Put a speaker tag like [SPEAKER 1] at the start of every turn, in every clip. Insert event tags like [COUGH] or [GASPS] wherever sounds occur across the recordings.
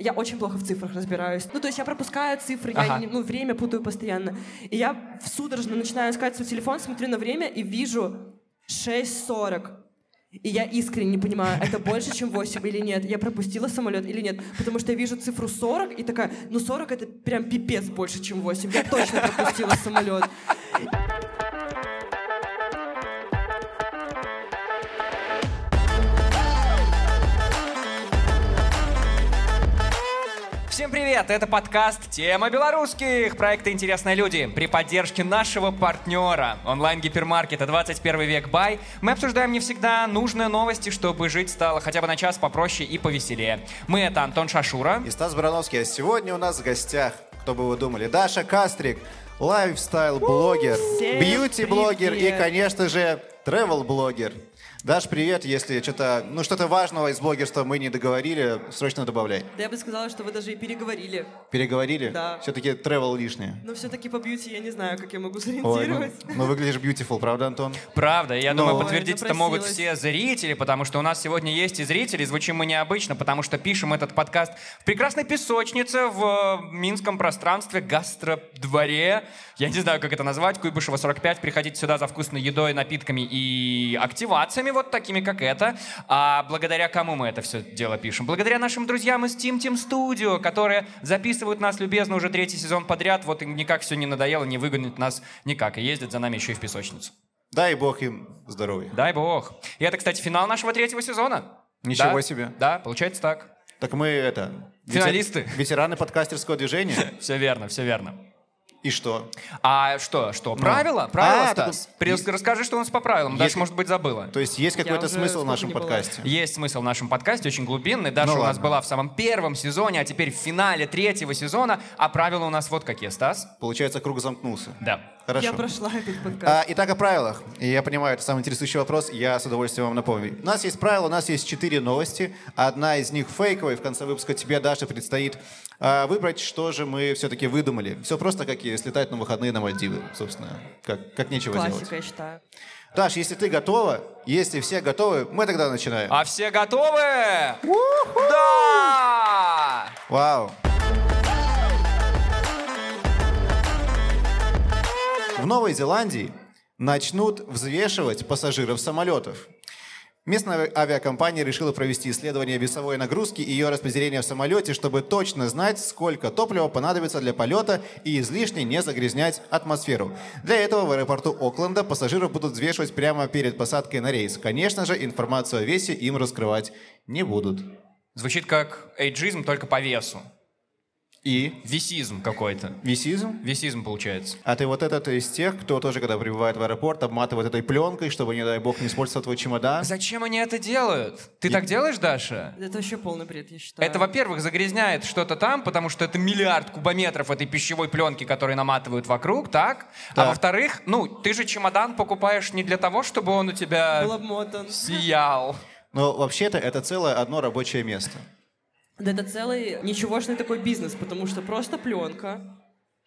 [SPEAKER 1] Я очень плохо в цифрах разбираюсь. Ну, то есть я пропускаю цифры, я
[SPEAKER 2] Ага.
[SPEAKER 1] не- ну, время путаю постоянно. И я судорожно начинаю искать свой телефон, смотрю на время и вижу 6.40. И я искренне не понимаю,
[SPEAKER 3] [LAUGHS]
[SPEAKER 1] это больше, чем 8 или нет. Я пропустила самолет или нет. Потому что я вижу цифру 40 и такая, ну 40 это прям пипец больше, чем 8. Я точно пропустила самолет.
[SPEAKER 2] Всем привет! Это подкаст «Тема белорусских» проекта «Интересные люди». При поддержке нашего партнера онлайн-гипермаркета «21 век Бай» мы обсуждаем не всегда нужные новости, чтобы жить стало хотя бы на час попроще и повеселее. Мы — это Антон Шашура.
[SPEAKER 3] И Стас Барановский. А сегодня у нас в гостях, кто бы вы думали, Даша Кастрик, лайфстайл-блогер,
[SPEAKER 1] Всем
[SPEAKER 3] бьюти-блогер и,
[SPEAKER 1] привет.
[SPEAKER 3] конечно же, тревел-блогер. Даш, привет, если что-то, ну, что-то важного из блогерства мы не договорили, срочно добавляй.
[SPEAKER 1] Да я бы сказала, что вы даже и переговорили.
[SPEAKER 3] Переговорили?
[SPEAKER 1] Да.
[SPEAKER 3] Все-таки тревел лишнее.
[SPEAKER 1] Но все-таки по бьюти я не знаю, как я могу
[SPEAKER 3] Ой, ну,
[SPEAKER 1] сориентировать.
[SPEAKER 3] ну выглядишь beautiful, правда, Антон?
[SPEAKER 2] Правда, я
[SPEAKER 3] Ну.
[SPEAKER 2] думаю,
[SPEAKER 3] Ой,
[SPEAKER 2] подтвердить это могут все
[SPEAKER 1] напросилась.
[SPEAKER 2] зрители, потому что у нас сегодня есть и зрители, звучим мы необычно, потому что пишем этот подкаст в прекрасной песочнице в э, минском пространстве, гастродворе, я не знаю, как это назвать, Куйбышева 45, приходите сюда за вкусной едой, напитками и активациями, вот такими, как это. А благодаря кому мы это все дело пишем? Благодаря нашим друзьям из Team Team Studio, которые записывают нас любезно уже третий сезон подряд, вот им никак все не надоело, не выгонит нас никак, и ездят за нами еще и в песочницу.
[SPEAKER 3] Дай бог им здоровья.
[SPEAKER 2] Дай бог. И это, кстати, финал нашего третьего сезона.
[SPEAKER 3] Ничего
[SPEAKER 2] Да?
[SPEAKER 3] себе.
[SPEAKER 2] Да, получается так.
[SPEAKER 3] Так мы это... ветер-
[SPEAKER 2] Финалисты.
[SPEAKER 3] Ветераны подкастерского движения.
[SPEAKER 2] Все верно, все верно.
[SPEAKER 3] И что?
[SPEAKER 2] А что, что, правила? Правила,
[SPEAKER 3] А,
[SPEAKER 2] Стас?
[SPEAKER 3] так-
[SPEAKER 2] При- Расскажи, что у нас по правилам.
[SPEAKER 3] Если-
[SPEAKER 2] Даша, может быть, забыла.
[SPEAKER 3] То есть есть какой-то
[SPEAKER 1] уже
[SPEAKER 3] смысл в
[SPEAKER 1] сколько
[SPEAKER 3] нашем
[SPEAKER 1] не была.
[SPEAKER 3] подкасте?
[SPEAKER 2] Есть смысл в нашем подкасте, очень глубинный. Даша
[SPEAKER 3] Ну
[SPEAKER 2] у нас
[SPEAKER 3] ладно.
[SPEAKER 2] была в самом первом сезоне, а теперь в финале третьего сезона. А правила у нас вот какие, Стас?
[SPEAKER 3] Получается, круг замкнулся.
[SPEAKER 2] Да.
[SPEAKER 3] Хорошо.
[SPEAKER 1] Я прошла этот подкаст.
[SPEAKER 3] А, итак, о правилах. И Я понимаю, это самый интересующий вопрос, я с удовольствием вам напомню. У нас есть правила, у нас есть четыре новости. Одна из них фейковая, в конце выпуска тебе, Даша, предстоит а, выбрать, что же мы все-таки выдумали. Все просто, как и слетать на выходные на Мальдивы, собственно, как, как нечего
[SPEAKER 1] Классика,
[SPEAKER 3] делать.
[SPEAKER 1] я считаю.
[SPEAKER 3] Даш, если ты готова, если все готовы, мы тогда начинаем.
[SPEAKER 2] А все готовы? Да!
[SPEAKER 3] Вау! В Новой Зеландии начнут взвешивать пассажиров самолетов. Местная авиакомпания решила провести исследование весовой нагрузки и ее распределения в самолете, чтобы точно знать, сколько топлива понадобится для полета и излишне не загрязнять атмосферу. Для этого в аэропорту Окленда пассажиров будут взвешивать прямо перед посадкой на рейс. Конечно же, информацию о весе им раскрывать не будут.
[SPEAKER 2] Звучит как эйджизм, только по весу.
[SPEAKER 3] И
[SPEAKER 2] Весизм какой-то.
[SPEAKER 3] весизм
[SPEAKER 2] Весизм получается.
[SPEAKER 3] А ты вот этот из тех, кто тоже, когда прибывает в аэропорт, обматывает этой пленкой, чтобы, не дай бог, не использовал твой
[SPEAKER 1] А?
[SPEAKER 3] чемодан?
[SPEAKER 2] Зачем они это делают? Ты так делаешь, Даша?
[SPEAKER 1] Это вообще полный бред, я считаю.
[SPEAKER 2] Это, во-первых, загрязняет что-то там, потому что это миллиард кубометров этой пищевой пленки, которые наматывают вокруг, так? А
[SPEAKER 3] Так.
[SPEAKER 2] во-вторых, ну, ты же чемодан покупаешь не для того, чтобы он у тебя
[SPEAKER 1] Был обмотан.
[SPEAKER 2] сиял.
[SPEAKER 3] Но вообще-то это целое одно рабочее место.
[SPEAKER 1] Да это целый ничегошный такой бизнес, потому что просто пленка,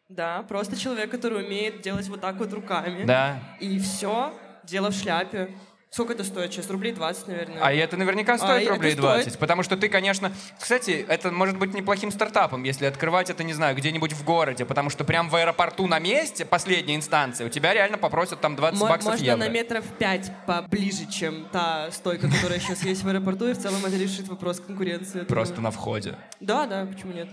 [SPEAKER 1] да, просто человек, который умеет делать вот так вот руками.
[SPEAKER 2] Да.
[SPEAKER 1] И все, дело в шляпе. Сколько это стоит сейчас? Рублей 20, наверное.
[SPEAKER 2] А это наверняка стоит
[SPEAKER 1] это
[SPEAKER 2] рублей
[SPEAKER 1] стоит.
[SPEAKER 2] 20, потому что ты, конечно... Кстати, это может быть неплохим стартапом, если открывать это, не знаю, где-нибудь в городе, потому что прям в аэропорту на месте, последняя инстанция, у тебя реально попросят там 20
[SPEAKER 1] Мо-
[SPEAKER 2] баксов
[SPEAKER 1] можно
[SPEAKER 2] евро.
[SPEAKER 1] на метров 5 поближе, чем та стойка, которая сейчас есть в аэропорту, и в целом это решит вопрос конкуренции. я думаю.
[SPEAKER 2] Просто на входе.
[SPEAKER 1] Да, да, почему нет?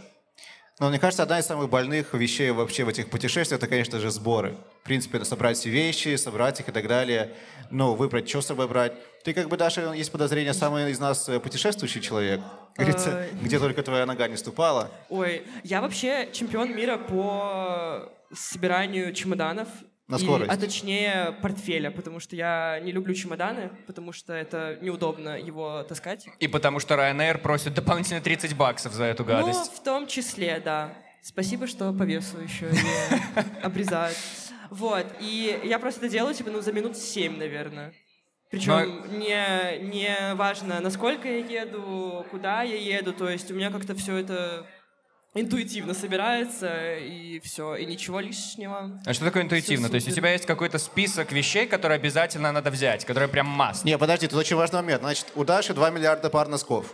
[SPEAKER 3] Но мне кажется, одна из самых больных вещей вообще в этих путешествиях, это, конечно же, сборы. В принципе, это собрать все вещи, собрать их и так далее. Ну, выбрать, что с собой брать. Ты как бы, Даша, есть подозрение, самый из нас э, путешествующий человек. Говорится,
[SPEAKER 1] Ай.
[SPEAKER 3] где только твоя нога не ступала.
[SPEAKER 1] Ой, я вообще чемпион мира по собиранию чемоданов.
[SPEAKER 3] На
[SPEAKER 1] И-
[SPEAKER 3] скорость.
[SPEAKER 1] а точнее портфеля, потому что я не люблю чемоданы, потому что это неудобно его таскать.
[SPEAKER 2] И потому что Ryanair просит дополнительно 30 баксов за эту
[SPEAKER 1] Ну,
[SPEAKER 2] гадость.
[SPEAKER 1] в том числе, да. Спасибо, что по весу еще не обрезают. Вот, и я просто это делаю, типа, ну, за минут семь, наверное. Причем не, не важно, насколько я еду, куда я еду, то есть у меня как-то все это интуитивно собирается, и все, и ничего лишнего.
[SPEAKER 2] А что такое интуитивно?
[SPEAKER 1] Всё
[SPEAKER 2] То есть у
[SPEAKER 1] супер.
[SPEAKER 2] тебя есть какой-то список вещей, которые обязательно надо взять, которые прям маст.
[SPEAKER 3] Не, подожди, тут очень важный момент. Значит, у Даши 2 миллиарда пар носков.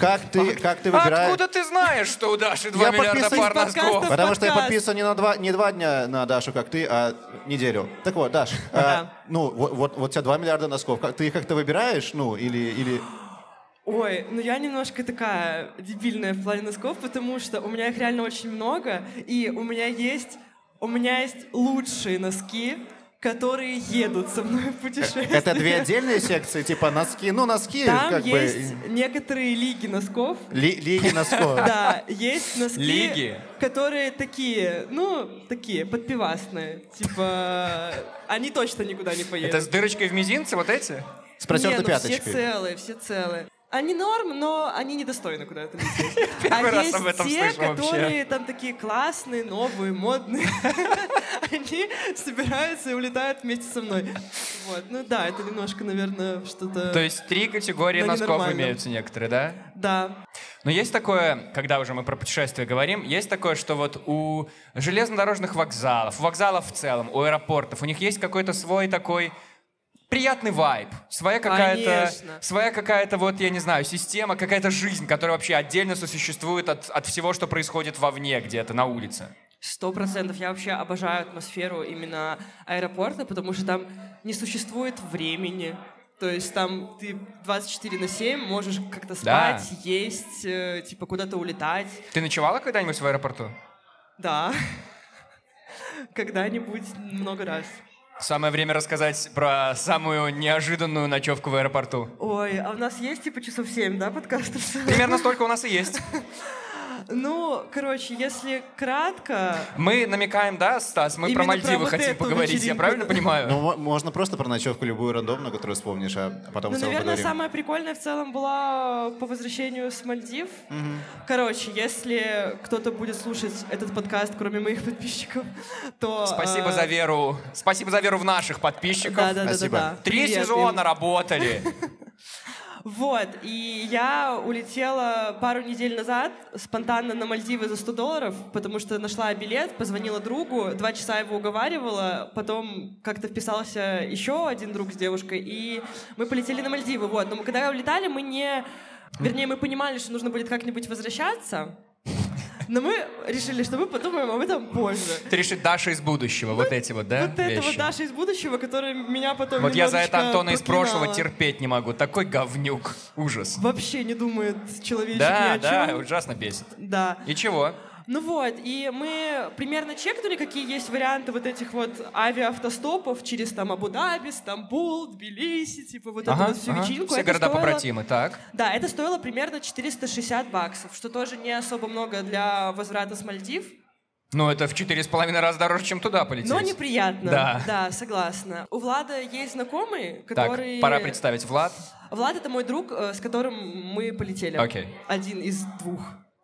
[SPEAKER 3] Как ты, как ты
[SPEAKER 2] А
[SPEAKER 3] выбираешь?
[SPEAKER 2] Откуда ты знаешь, что у Даши 2
[SPEAKER 3] Я
[SPEAKER 2] миллиарда
[SPEAKER 3] подписан
[SPEAKER 2] пар
[SPEAKER 1] из подкаста.
[SPEAKER 2] носков?
[SPEAKER 3] Потому что я
[SPEAKER 1] подкаст.
[SPEAKER 3] подписан не на два, не два дня на Дашу, как ты, а неделю. Так вот, Даш, а,
[SPEAKER 1] Да.
[SPEAKER 3] ну вот, вот, вот у тебя 2 миллиарда носков. Как, ты их как-то выбираешь, ну или или
[SPEAKER 1] Ой, ну я немножко такая дебильная в плане носков, потому что у меня их реально очень много, и у меня есть, у меня есть лучшие носки, которые едут со мной в путешествие.
[SPEAKER 3] это две отдельные секции, типа носки, ну
[SPEAKER 1] [LAUGHS]
[SPEAKER 3] носки,
[SPEAKER 1] Там
[SPEAKER 3] как
[SPEAKER 1] есть
[SPEAKER 3] бы
[SPEAKER 1] некоторые лиги
[SPEAKER 3] [LAUGHS]
[SPEAKER 1] носков.
[SPEAKER 3] ли- лиги носков.
[SPEAKER 1] Да, есть носки,
[SPEAKER 2] Лиги?
[SPEAKER 1] которые такие, ну, такие, подпивасные. Типа, они точно никуда не поедут.
[SPEAKER 2] Это с дырочкой в мизинце, вот эти?
[SPEAKER 3] С протертой
[SPEAKER 1] Не, ну Все
[SPEAKER 3] пяточкой.
[SPEAKER 1] целые, все целые. Они норм, но они недостойны куда-то лететь.
[SPEAKER 2] [LAUGHS] Первый
[SPEAKER 1] а
[SPEAKER 2] раз
[SPEAKER 1] есть
[SPEAKER 2] об этом
[SPEAKER 1] те,
[SPEAKER 2] слышу вообще.
[SPEAKER 1] которые там такие классные, новые, модные. [LAUGHS] Они собираются и улетают вместе со мной. Вот, ну да, это немножко, наверное, что-то...
[SPEAKER 2] То есть три категории
[SPEAKER 1] Ну,
[SPEAKER 2] носков
[SPEAKER 1] ненормально.
[SPEAKER 2] имеются некоторые, да?
[SPEAKER 1] Да.
[SPEAKER 2] Но есть такое, когда уже мы про путешествия говорим, есть такое, что вот у железнодорожных вокзалов, у вокзалов в целом, у аэропортов, у них есть какой-то свой такой приятный вайб, своя какая-то,
[SPEAKER 1] Конечно.
[SPEAKER 2] своя какая-то вот, я не знаю, система, какая-то жизнь, которая вообще отдельно сосуществует от, от всего, что происходит вовне где-то на улице.
[SPEAKER 1] Сто процентов. Я вообще обожаю атмосферу именно аэропорта, потому что там не существует времени. То есть там ты 24 на 7 можешь как-то
[SPEAKER 2] Да.
[SPEAKER 1] спать, есть, э, типа куда-то улетать.
[SPEAKER 2] Ты ночевала когда-нибудь в аэропорту?
[SPEAKER 1] Да. [LAUGHS] Когда-нибудь много раз.
[SPEAKER 2] Самое время рассказать про самую неожиданную ночевку в аэропорту.
[SPEAKER 1] Ой, а у нас есть типа часов 7, да, подкастов? [LAUGHS]
[SPEAKER 2] Примерно столько у нас и есть.
[SPEAKER 1] Ну, короче, если кратко...
[SPEAKER 2] Мы намекаем, да, Стас? Мы
[SPEAKER 1] Именно
[SPEAKER 2] про Мальдивы
[SPEAKER 1] про вот
[SPEAKER 2] хотим
[SPEAKER 1] эту
[SPEAKER 2] поговорить, я
[SPEAKER 1] вечеринку.
[SPEAKER 2] правильно понимаю?
[SPEAKER 3] Ну, мо- можно просто про ночевку любую рандомную, которую вспомнишь, а потом
[SPEAKER 1] Ну,
[SPEAKER 3] в целом
[SPEAKER 1] наверное,
[SPEAKER 3] поговорим.
[SPEAKER 1] самая прикольная в целом была э, по возвращению с Мальдив. Короче, если кто-то будет слушать этот подкаст, кроме моих [LAUGHS] подписчиков, то...
[SPEAKER 2] Спасибо
[SPEAKER 1] э,
[SPEAKER 2] за веру. Спасибо за веру в наших подписчиков.
[SPEAKER 3] Спасибо.
[SPEAKER 1] Да-да-да-да-да.
[SPEAKER 2] Три
[SPEAKER 1] Привет им. [LAUGHS]
[SPEAKER 2] сезона работали.
[SPEAKER 1] Вот, и я улетела пару недель назад спонтанно на Мальдивы за 100 долларов, потому что нашла билет, позвонила другу, два часа его уговаривала, потом как-то вписался еще один друг с девушкой, и мы полетели на Мальдивы, вот. Но мы, когда улетали, мы не... Вернее, мы понимали, что нужно будет как-нибудь возвращаться, но мы решили, что мы подумаем об этом позже.
[SPEAKER 2] Ты решит Даша из будущего, вот эти вот, да,
[SPEAKER 1] Вот это вот
[SPEAKER 2] вещи?
[SPEAKER 1] Даша из будущего, которая меня потом
[SPEAKER 2] Вот я за это
[SPEAKER 1] немножечко
[SPEAKER 2] Антона из прошлого
[SPEAKER 1] проклинала.
[SPEAKER 2] терпеть не могу. Такой говнюк. Ужас.
[SPEAKER 1] Вообще не думает человечек ни
[SPEAKER 2] Да,
[SPEAKER 1] о
[SPEAKER 2] да,
[SPEAKER 1] чем.
[SPEAKER 2] ужасно бесит.
[SPEAKER 1] Да.
[SPEAKER 2] И чего?
[SPEAKER 1] Ну вот, и мы примерно чекнули, какие есть варианты вот этих вот авиаавтостопов через там Абу-Даби, Стамбул, Тбилиси, типа вот эту
[SPEAKER 2] Ага,
[SPEAKER 1] вот всю
[SPEAKER 2] ага.
[SPEAKER 1] вечеринку.
[SPEAKER 2] Все
[SPEAKER 1] Это
[SPEAKER 2] города
[SPEAKER 1] стоило-
[SPEAKER 2] побратимы, так.
[SPEAKER 1] Да, это стоило примерно 460 баксов, что тоже не особо много для возврата с Мальдив,
[SPEAKER 2] Ну, это в четыре с половиной раза дороже, чем туда полететь.
[SPEAKER 1] но неприятно.
[SPEAKER 2] Да.
[SPEAKER 1] да, согласна. У Влада есть знакомые,
[SPEAKER 2] Так,
[SPEAKER 1] которые...
[SPEAKER 2] пора представить Влад.
[SPEAKER 1] Влад это мой друг, э, с которым мы полетели.
[SPEAKER 2] Окей.
[SPEAKER 1] Один из двух.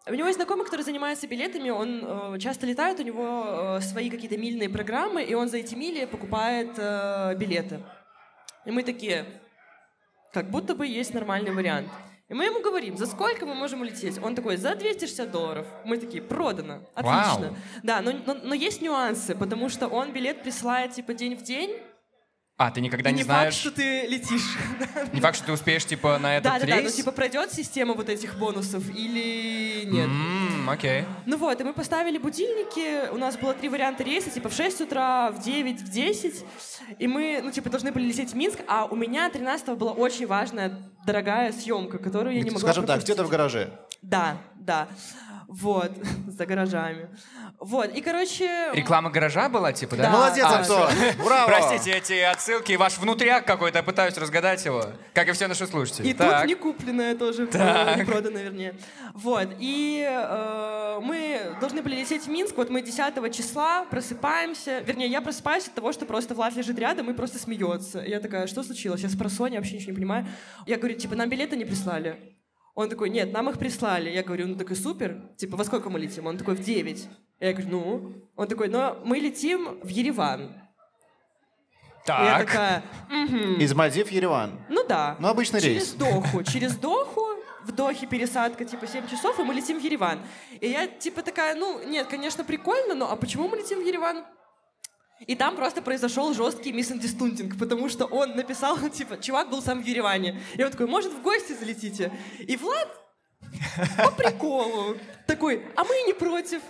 [SPEAKER 1] У него есть знакомый, который занимается билетами, он э, часто летает, у него э, свои какие-то мильные программы, и он за эти мили покупает э, билеты. И мы такие, как будто бы есть нормальный вариант. И мы ему говорим, за сколько мы можем улететь? Он такой, за 260 долларов. Мы такие, продано. Отлично.
[SPEAKER 2] Вау.
[SPEAKER 1] Да, но, но- но есть нюансы, потому что он билет присылает типа день в день,
[SPEAKER 2] А, ты никогда
[SPEAKER 1] и
[SPEAKER 2] не
[SPEAKER 1] не
[SPEAKER 2] знаешь...
[SPEAKER 1] факт, что ты летишь.
[SPEAKER 2] Не факт, что ты успеешь, типа, на этот
[SPEAKER 1] Да, да, да, ну
[SPEAKER 2] рейс?
[SPEAKER 1] типа пройдет система вот этих бонусов или нет.
[SPEAKER 2] М, окей.
[SPEAKER 1] Ну вот, и мы поставили будильники, у нас было три варианта рейса, типа в 6 утра, в 9, в 10, и мы, ну типа должны были лететь в Минск, а у меня 13 была очень важная, дорогая съемка, которую я не могла
[SPEAKER 3] Скажем так,
[SPEAKER 1] пропустить.
[SPEAKER 3] где-то в гараже.
[SPEAKER 1] Да, да, вот, [LAUGHS] за гаражами. Вот, и короче...
[SPEAKER 2] Реклама гаража была, типа, да?
[SPEAKER 1] Да.
[SPEAKER 2] Ну,
[SPEAKER 3] Молодец,
[SPEAKER 1] А,
[SPEAKER 3] Антон! [LAUGHS] Браво!
[SPEAKER 2] Простите эти отсылки, ваш внутряк какой-то, я пытаюсь разгадать его, как и все наши слушатели.
[SPEAKER 1] И
[SPEAKER 2] Так.
[SPEAKER 1] тут не купленное тоже,
[SPEAKER 2] Так.
[SPEAKER 1] э, не проданное, вернее. Вот, и э, мы должны были лететь в Минск, вот мы 10 числа просыпаемся, вернее, я просыпаюсь от того, что просто Влад лежит рядом и просто смеется. Я такая, что случилось? Я с просонья вообще ничего не понимаю. Я говорю, типа, нам билеты не прислали. Он такой, нет, нам их прислали. Я говорю, ну такой супер. Типа, во сколько мы летим? Он такой, в 9. Я говорю, ну? Он такой, но мы летим в Ереван. И Я
[SPEAKER 2] Так.
[SPEAKER 1] такая,
[SPEAKER 3] Из Мальдив в Ереван.
[SPEAKER 1] ну да.
[SPEAKER 3] Ну, обычный рейс.
[SPEAKER 1] Через
[SPEAKER 3] [LAUGHS]
[SPEAKER 1] Доху. Через Доху, в Дохе пересадка, типа, 7 часов, и мы летим в Ереван. И я, типа, такая, ну, нет, конечно, прикольно, но а почему мы летим в Ереван? И там просто произошел жесткий миссандистунтинг, потому [LAUGHS] что он написал, типа, чувак был сам в Ереване. И он такой, может, в гости залетите? И Влад По приколу. Такой, а мы и не против.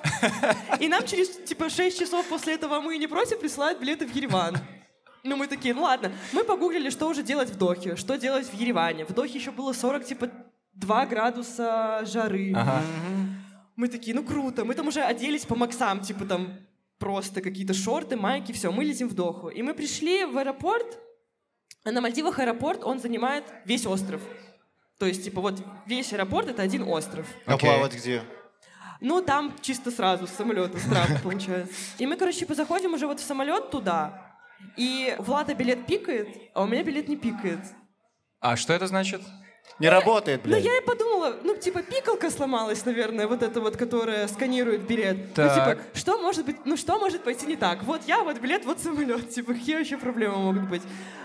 [SPEAKER 1] И нам через, типа, 6 часов после этого «а мы и не против» присылают билеты в Ереван. Ну, мы такие, ну ладно. Мы погуглили, что уже делать в Дохе, что делать в Ереване. В Дохе еще было 40, типа, 2 градуса жары.
[SPEAKER 2] Ага.
[SPEAKER 1] Мы такие, ну круто. Мы там уже оделись по максам, типа там просто какие-то шорты, майки, все. Мы летим в Доху. И мы пришли в аэропорт. А На Мальдивах аэропорт, он занимает весь остров. То есть, типа, вот весь аэропорт — это один остров.
[SPEAKER 3] А
[SPEAKER 2] Окей.
[SPEAKER 3] плавать где?
[SPEAKER 1] Ну, там чисто сразу с самолета страх получается. И мы, короче, типа, заходим уже вот в самолет туда. И у Влада билет пикает, а у меня билет не пикает.
[SPEAKER 2] А что это значит?
[SPEAKER 3] Не работает,
[SPEAKER 1] Ну,
[SPEAKER 3] блядь.
[SPEAKER 1] я и подумала, ну, типа, пикалка сломалась, наверное, вот эта вот, которая сканирует билет. Ну,
[SPEAKER 2] Так.
[SPEAKER 1] типа, что может быть, ну, что может пойти не так? Вот я, вот билет, вот самолет. Типа, какие вообще проблемы могут быть?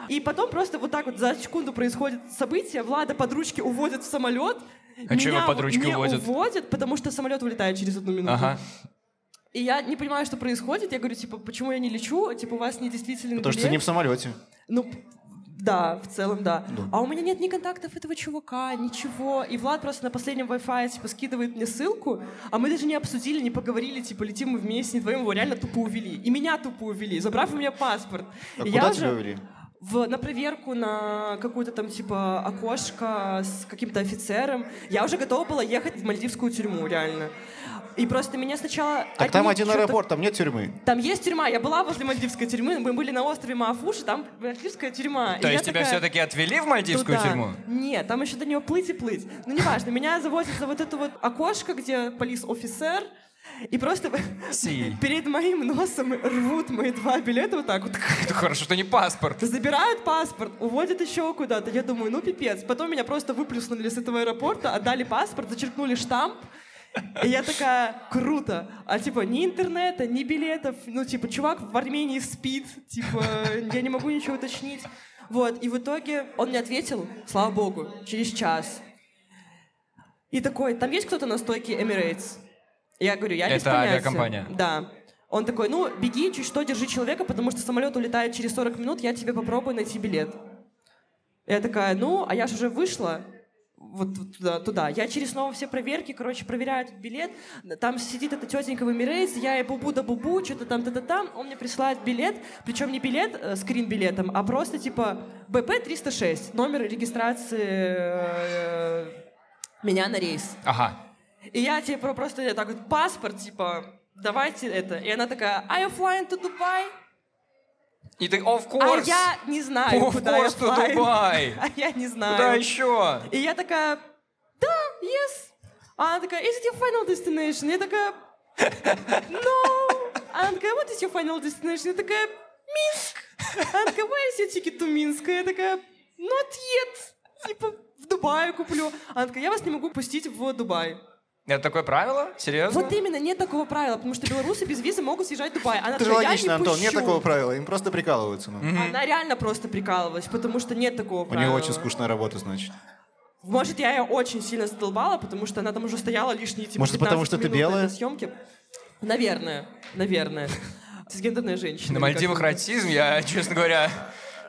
[SPEAKER 1] И потом просто вот так вот за секунду происходит событие, Влада под ручки уводят в самолет.
[SPEAKER 2] А чё его
[SPEAKER 1] меня
[SPEAKER 2] под
[SPEAKER 1] вот-
[SPEAKER 2] ручки
[SPEAKER 1] меня
[SPEAKER 2] уводят?
[SPEAKER 1] уводят, потому что самолет вылетает через одну минуту.
[SPEAKER 2] Ага.
[SPEAKER 1] И я не понимаю, что происходит. Я говорю, типа, почему я не лечу? Типа, у вас не действительно
[SPEAKER 3] Потому что ты не в самолете.
[SPEAKER 1] Ну, п- да, в целом, да.
[SPEAKER 3] Ну.
[SPEAKER 1] А у меня нет ни контактов этого чувака, ничего. И Влад просто на последнем Wi-Fi, типа, скидывает мне ссылку, а мы даже не обсудили, не поговорили, типа, летим мы вместе, не вдвоем его реально тупо увели. И меня тупо увели, забрав у меня паспорт.
[SPEAKER 3] А
[SPEAKER 1] И
[SPEAKER 3] куда
[SPEAKER 1] я
[SPEAKER 3] тебя
[SPEAKER 1] уже
[SPEAKER 3] вели?
[SPEAKER 1] в- на проверку на какую-то там, типа, окошко с каким-то офицером. Я уже готова была ехать в мальдивскую тюрьму, реально. И просто меня сначала...
[SPEAKER 3] Так там
[SPEAKER 1] одни
[SPEAKER 3] один
[SPEAKER 1] чё-то-
[SPEAKER 3] аэропорт, там нет тюрьмы.
[SPEAKER 1] там есть тюрьма. Я была возле мальдивской тюрьмы. Мы были на острове Маафуши, там мальдивская тюрьма.
[SPEAKER 2] То
[SPEAKER 1] И
[SPEAKER 2] есть
[SPEAKER 1] я
[SPEAKER 2] тебя
[SPEAKER 1] такая, Ну
[SPEAKER 2] все-таки отвели в мальдивскую
[SPEAKER 1] туда.
[SPEAKER 2] тюрьму?
[SPEAKER 1] Нет, там еще до нее плыть и плыть. Ну, неважно. Меня завозят за вот это вот окошко, где полис-офицер. И просто
[SPEAKER 2] Си.
[SPEAKER 1] перед моим носом рвут мои два билета вот так вот.
[SPEAKER 2] Это хорошо, что не паспорт.
[SPEAKER 1] Забирают паспорт, уводят еще куда-то. Я думаю, ну пипец. Потом меня просто выплюснули с этого аэропорта, отдали паспорт, зачеркнули штамп. И я такая, круто. А типа, ни интернета, ни билетов. Ну, типа, чувак в Армении спит. Типа, я не могу ничего уточнить. Вот, и в итоге он мне ответил, слава богу, через час. И такой, там есть кто-то на стойке Emirates? Я говорю, я без
[SPEAKER 2] Это
[SPEAKER 1] понятия.
[SPEAKER 2] авиакомпания.
[SPEAKER 1] Да. Он такой, ну, беги, чуть что, держи человека, потому что самолет улетает через 40 минут, я тебе попробую найти билет. Я такая, ну, а я же уже вышла вот тут- туда, туда. Я через снова все проверки, короче, проверяю этот билет. Там сидит эта тетенька в Эмирейтс, я ей бубу да бубу, что-то там, та-та там. Он мне присылает билет, причем не билет, э, скрин билетом, а просто типа БП-306, номер регистрации э, меня на рейс.
[SPEAKER 2] Ага.
[SPEAKER 1] И я типа просто я так вот паспорт, типа, давайте это. И она такая, are you flying to Dubai?
[SPEAKER 2] И ты, of
[SPEAKER 1] А
[SPEAKER 2] course.
[SPEAKER 1] я не знаю,
[SPEAKER 2] Of
[SPEAKER 1] куда я
[SPEAKER 2] course to
[SPEAKER 1] flying.
[SPEAKER 2] Dubai.
[SPEAKER 1] [LAUGHS] А я не знаю.
[SPEAKER 2] Куда еще?
[SPEAKER 1] И я такая, да, yes. А она такая, is it your final destination? Я такая, no. А она такая, what is your final destination? Я такая, Минск. А она такая, where is your ticket to Минск? Я такая, not yet. Типа, в Дубае куплю. А Она такая, я вас не могу пустить в Дубай.
[SPEAKER 2] Это такое правило? Серьезно?
[SPEAKER 1] Вот именно, нет такого правила, потому что белорусы без визы могут съезжать в Дубай. Она
[SPEAKER 3] Это же
[SPEAKER 1] такая, «Я
[SPEAKER 3] логично,
[SPEAKER 1] не
[SPEAKER 3] Антон, нет
[SPEAKER 1] пущу».
[SPEAKER 3] такого правила. Им просто прикалываются. ну.
[SPEAKER 1] Она реально просто прикалывалась, потому что нет такого
[SPEAKER 3] У
[SPEAKER 1] правила.
[SPEAKER 3] нее очень скучная работа, [LAUGHS] значит.
[SPEAKER 1] Может, я ее очень сильно задолбала, потому что она там уже стояла лишние типа,
[SPEAKER 3] Может, потому
[SPEAKER 1] 15
[SPEAKER 3] что ты
[SPEAKER 1] минут
[SPEAKER 3] белая?
[SPEAKER 1] на съемке. Наверное, наверное. [LAUGHS] Цисгендерная женщина.
[SPEAKER 2] На
[SPEAKER 1] или как
[SPEAKER 2] Мальдивах
[SPEAKER 1] это?
[SPEAKER 2] расизм, я, честно говоря,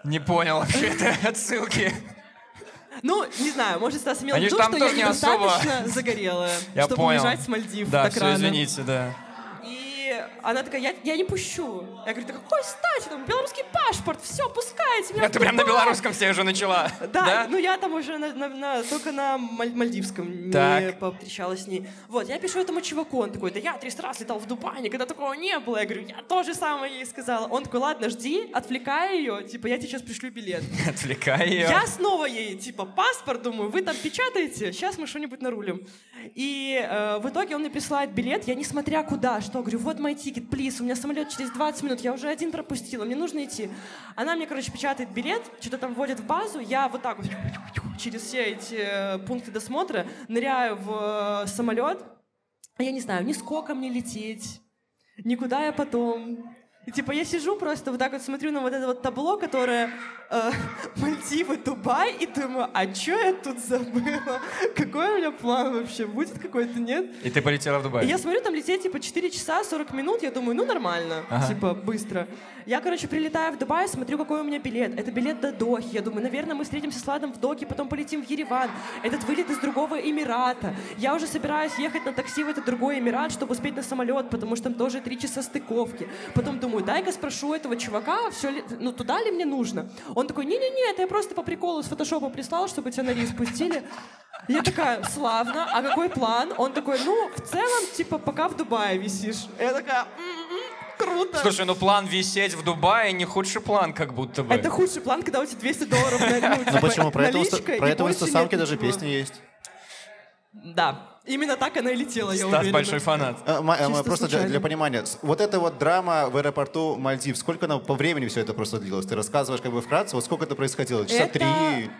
[SPEAKER 2] не понял
[SPEAKER 1] [LAUGHS]
[SPEAKER 2] вообще этой отсылки.
[SPEAKER 1] Ну, не знаю, может, Стас имел в
[SPEAKER 2] Они ж
[SPEAKER 1] виду,
[SPEAKER 2] там
[SPEAKER 1] что я
[SPEAKER 2] тоже не особо.
[SPEAKER 1] недостаточно загорелая,
[SPEAKER 2] [LAUGHS] Я
[SPEAKER 1] чтобы
[SPEAKER 2] понял.
[SPEAKER 1] уезжать с Мальдив
[SPEAKER 2] Да,
[SPEAKER 1] так
[SPEAKER 2] все,
[SPEAKER 1] рано.
[SPEAKER 2] извините, да.
[SPEAKER 1] И она такая, я, я не пущу. Я говорю, да какой стати, там белорусский паспорт, все, пускайте меня в
[SPEAKER 2] Это прям на
[SPEAKER 1] Дубай».
[SPEAKER 2] белорусском все уже начала.
[SPEAKER 1] Да, ну я там уже на- на- на- только на Маль- Мальдивском не
[SPEAKER 2] Так.
[SPEAKER 1] повстречалась с ней. Вот, я пишу этому чуваку, он такой, да я 300 раз летал в Дубай, никогда такого не было. Я говорю, я то же самое ей сказала. Он такой, ладно, жди, отвлекай ее, типа, я тебе сейчас пришлю билет.
[SPEAKER 2] Отвлекай ее.
[SPEAKER 1] Я снова ей, типа, паспорт, думаю, вы там печатаете, сейчас мы что-нибудь нарулим. И э, в итоге он мне присылает билет, я не смотря куда, что, говорю, вот мой тикет, плиз, у меня самолет через 20 минут, я уже один пропустила, мне нужно идти. Она мне, короче, печатает билет, что-то там вводит в базу, я вот так вот через все эти э, пункты досмотра ныряю в э, самолет, а я не знаю, ни сколько мне лететь, никуда я потом, И, типа я сижу просто вот так вот смотрю на вот это вот табло, которое э, [LAUGHS] Мальдивы, Дубай, и думаю, а что я тут забыла? Какой у меня план вообще? Будет какой-то, нет?
[SPEAKER 2] И ты полетела в Дубай.
[SPEAKER 1] И я смотрю, там лететь типа 4 часа 40 минут, я думаю, ну нормально,
[SPEAKER 2] Ага.
[SPEAKER 1] типа быстро. Я, короче, прилетаю в Дубай, смотрю, какой у меня билет. Это билет до Дохи. Я думаю, наверное, мы встретимся с Ладом в Дохе, потом полетим в Ереван. Этот вылет из другого Эмирата. Я уже собираюсь ехать на такси в этот другой Эмират, чтобы успеть на самолет, потому что там тоже 3 часа стыковки. Потом думаю, дай-ка спрошу у этого чувака, все ли, ну туда ли мне нужно? Он такой, не-не-не, это я просто по приколу с фотошопа прислал, чтобы тебя на рейс пустили. Я такая, славно, а какой план? Он такой, ну, в целом, типа, пока в Дубае висишь. Я такая, «М-м, круто.
[SPEAKER 2] Слушай, ну план висеть в Дубае не худший план, как будто бы.
[SPEAKER 1] это худший план, когда у тебя 200 долларов на ну,
[SPEAKER 3] Ну
[SPEAKER 1] типа,
[SPEAKER 3] почему? Про это, у
[SPEAKER 1] наличка,
[SPEAKER 3] ста-
[SPEAKER 1] и
[SPEAKER 3] про это в
[SPEAKER 1] больше
[SPEAKER 3] инстасамке
[SPEAKER 1] нет
[SPEAKER 3] даже
[SPEAKER 1] ничего.
[SPEAKER 3] песни есть.
[SPEAKER 1] Да, именно так она и летела, я
[SPEAKER 2] Стас
[SPEAKER 1] уверена.
[SPEAKER 2] большой фанат.
[SPEAKER 3] А, ма- а,
[SPEAKER 1] Чисто
[SPEAKER 3] Просто для,
[SPEAKER 1] случайно.
[SPEAKER 3] для понимания, с- вот эта вот драма в аэропорту Мальдив, сколько она по времени все это просто длилось? Ты рассказываешь как бы вкратце, вот сколько это происходило? Часа
[SPEAKER 1] Это-
[SPEAKER 3] три?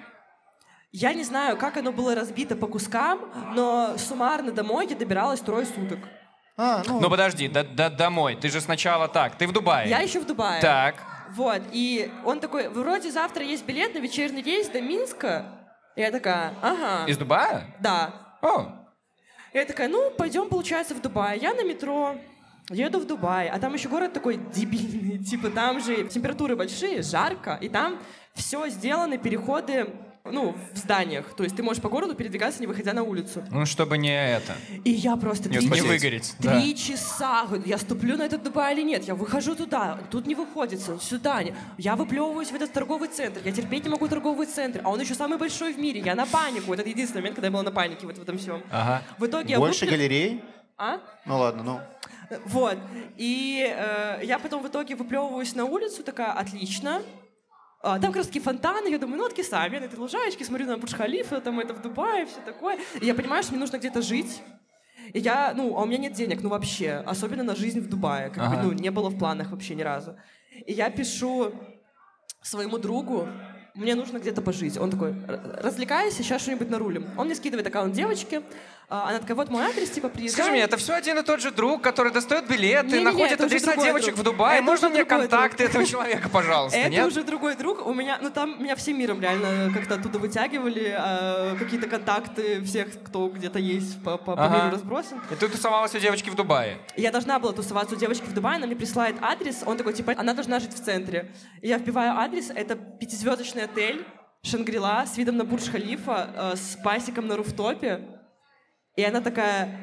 [SPEAKER 1] Я не знаю, как оно было разбито по кускам, но суммарно домой я добиралась трое суток.
[SPEAKER 3] А, ну,
[SPEAKER 2] Ну подожди, да, да- домой. Ты же сначала так, ты в Дубае.
[SPEAKER 1] Я еще в Дубае.
[SPEAKER 2] Так.
[SPEAKER 1] Вот, и он такой, вроде завтра есть билет на вечерний рейс до Минска. Я такая, ага.
[SPEAKER 2] Из Дубая?
[SPEAKER 1] Да.
[SPEAKER 2] О,
[SPEAKER 1] Я такая, ну, пойдем, получается, в Дубай. Я на метро еду в Дубай, а там еще город такой дебильный. [LAUGHS] Типа там же температуры большие, жарко, и там все сделаны, переходы ну, в зданиях. То есть ты можешь по городу передвигаться, не выходя на улицу.
[SPEAKER 2] ну чтобы не это.
[SPEAKER 1] И я просто
[SPEAKER 3] Не
[SPEAKER 1] три
[SPEAKER 2] Не
[SPEAKER 3] Спасите.
[SPEAKER 2] выгореть. да.
[SPEAKER 1] Три часа. Говорю, Я ступлю на этот Дубай или нет? Я выхожу туда. Тут не выходится. Сюда. не- Я выплевываюсь в этот торговый центр. Я терпеть не могу торговый центр. А он еще самый большой в мире. Я на панику. Это единственный момент, когда я была на панике вот в этом всем.
[SPEAKER 2] Ага.
[SPEAKER 1] В итоге
[SPEAKER 3] больше
[SPEAKER 1] я выплю-
[SPEAKER 3] галерей?
[SPEAKER 1] А?
[SPEAKER 3] Ну ладно, ну.
[SPEAKER 1] Вот. И э, я потом в итоге выплевываюсь на улицу, такая, отлично. А, там как раз таки фонтаны, я думаю, ну отки сами, на этой лужаечке, смотрю на Бурдж-Халифа, там это в Дубае, все такое. И я понимаю, что мне нужно где-то жить. И я, ну, а у меня нет денег, ну вообще, особенно на жизнь в Дубае, как
[SPEAKER 2] Ага.
[SPEAKER 1] бы, ну, не было в планах вообще ни разу. И я пишу своему другу, мне нужно где-то пожить. Он такой, «Р- развлекайся, сейчас что-нибудь нарулим. Он мне скидывает аккаунт девочки, а, она такая, вот мой адрес, типа, приезжай.
[SPEAKER 2] Скажи мне, это все один и тот же друг, который достает билеты,
[SPEAKER 1] Не-не-не,
[SPEAKER 2] находит
[SPEAKER 1] это уже
[SPEAKER 2] адреса
[SPEAKER 1] другой
[SPEAKER 2] девочек
[SPEAKER 1] друг.
[SPEAKER 2] в Дубае.
[SPEAKER 1] Это
[SPEAKER 2] Можно
[SPEAKER 1] уже
[SPEAKER 2] мне
[SPEAKER 1] другой
[SPEAKER 2] контакты
[SPEAKER 1] друг.
[SPEAKER 2] этого человека, пожалуйста?
[SPEAKER 1] Это
[SPEAKER 2] Нет?
[SPEAKER 1] уже другой друг. У меня, ну там меня всем миром реально как-то оттуда вытягивали, а, какие-то контакты всех, кто где-то есть по, по, по
[SPEAKER 2] Ага.
[SPEAKER 1] миру разбросан.
[SPEAKER 2] И ты тусовалась у девочки в Дубае.
[SPEAKER 1] Я должна была тусоваться у девочки в Дубае, она мне присылает адрес, он такой, типа, она должна жить в центре. И я вбиваю адрес, это пятизвездочный отель Шангрила с видом на Бурдж-Халифа, э, с пасиком на руфтопе. И она такая,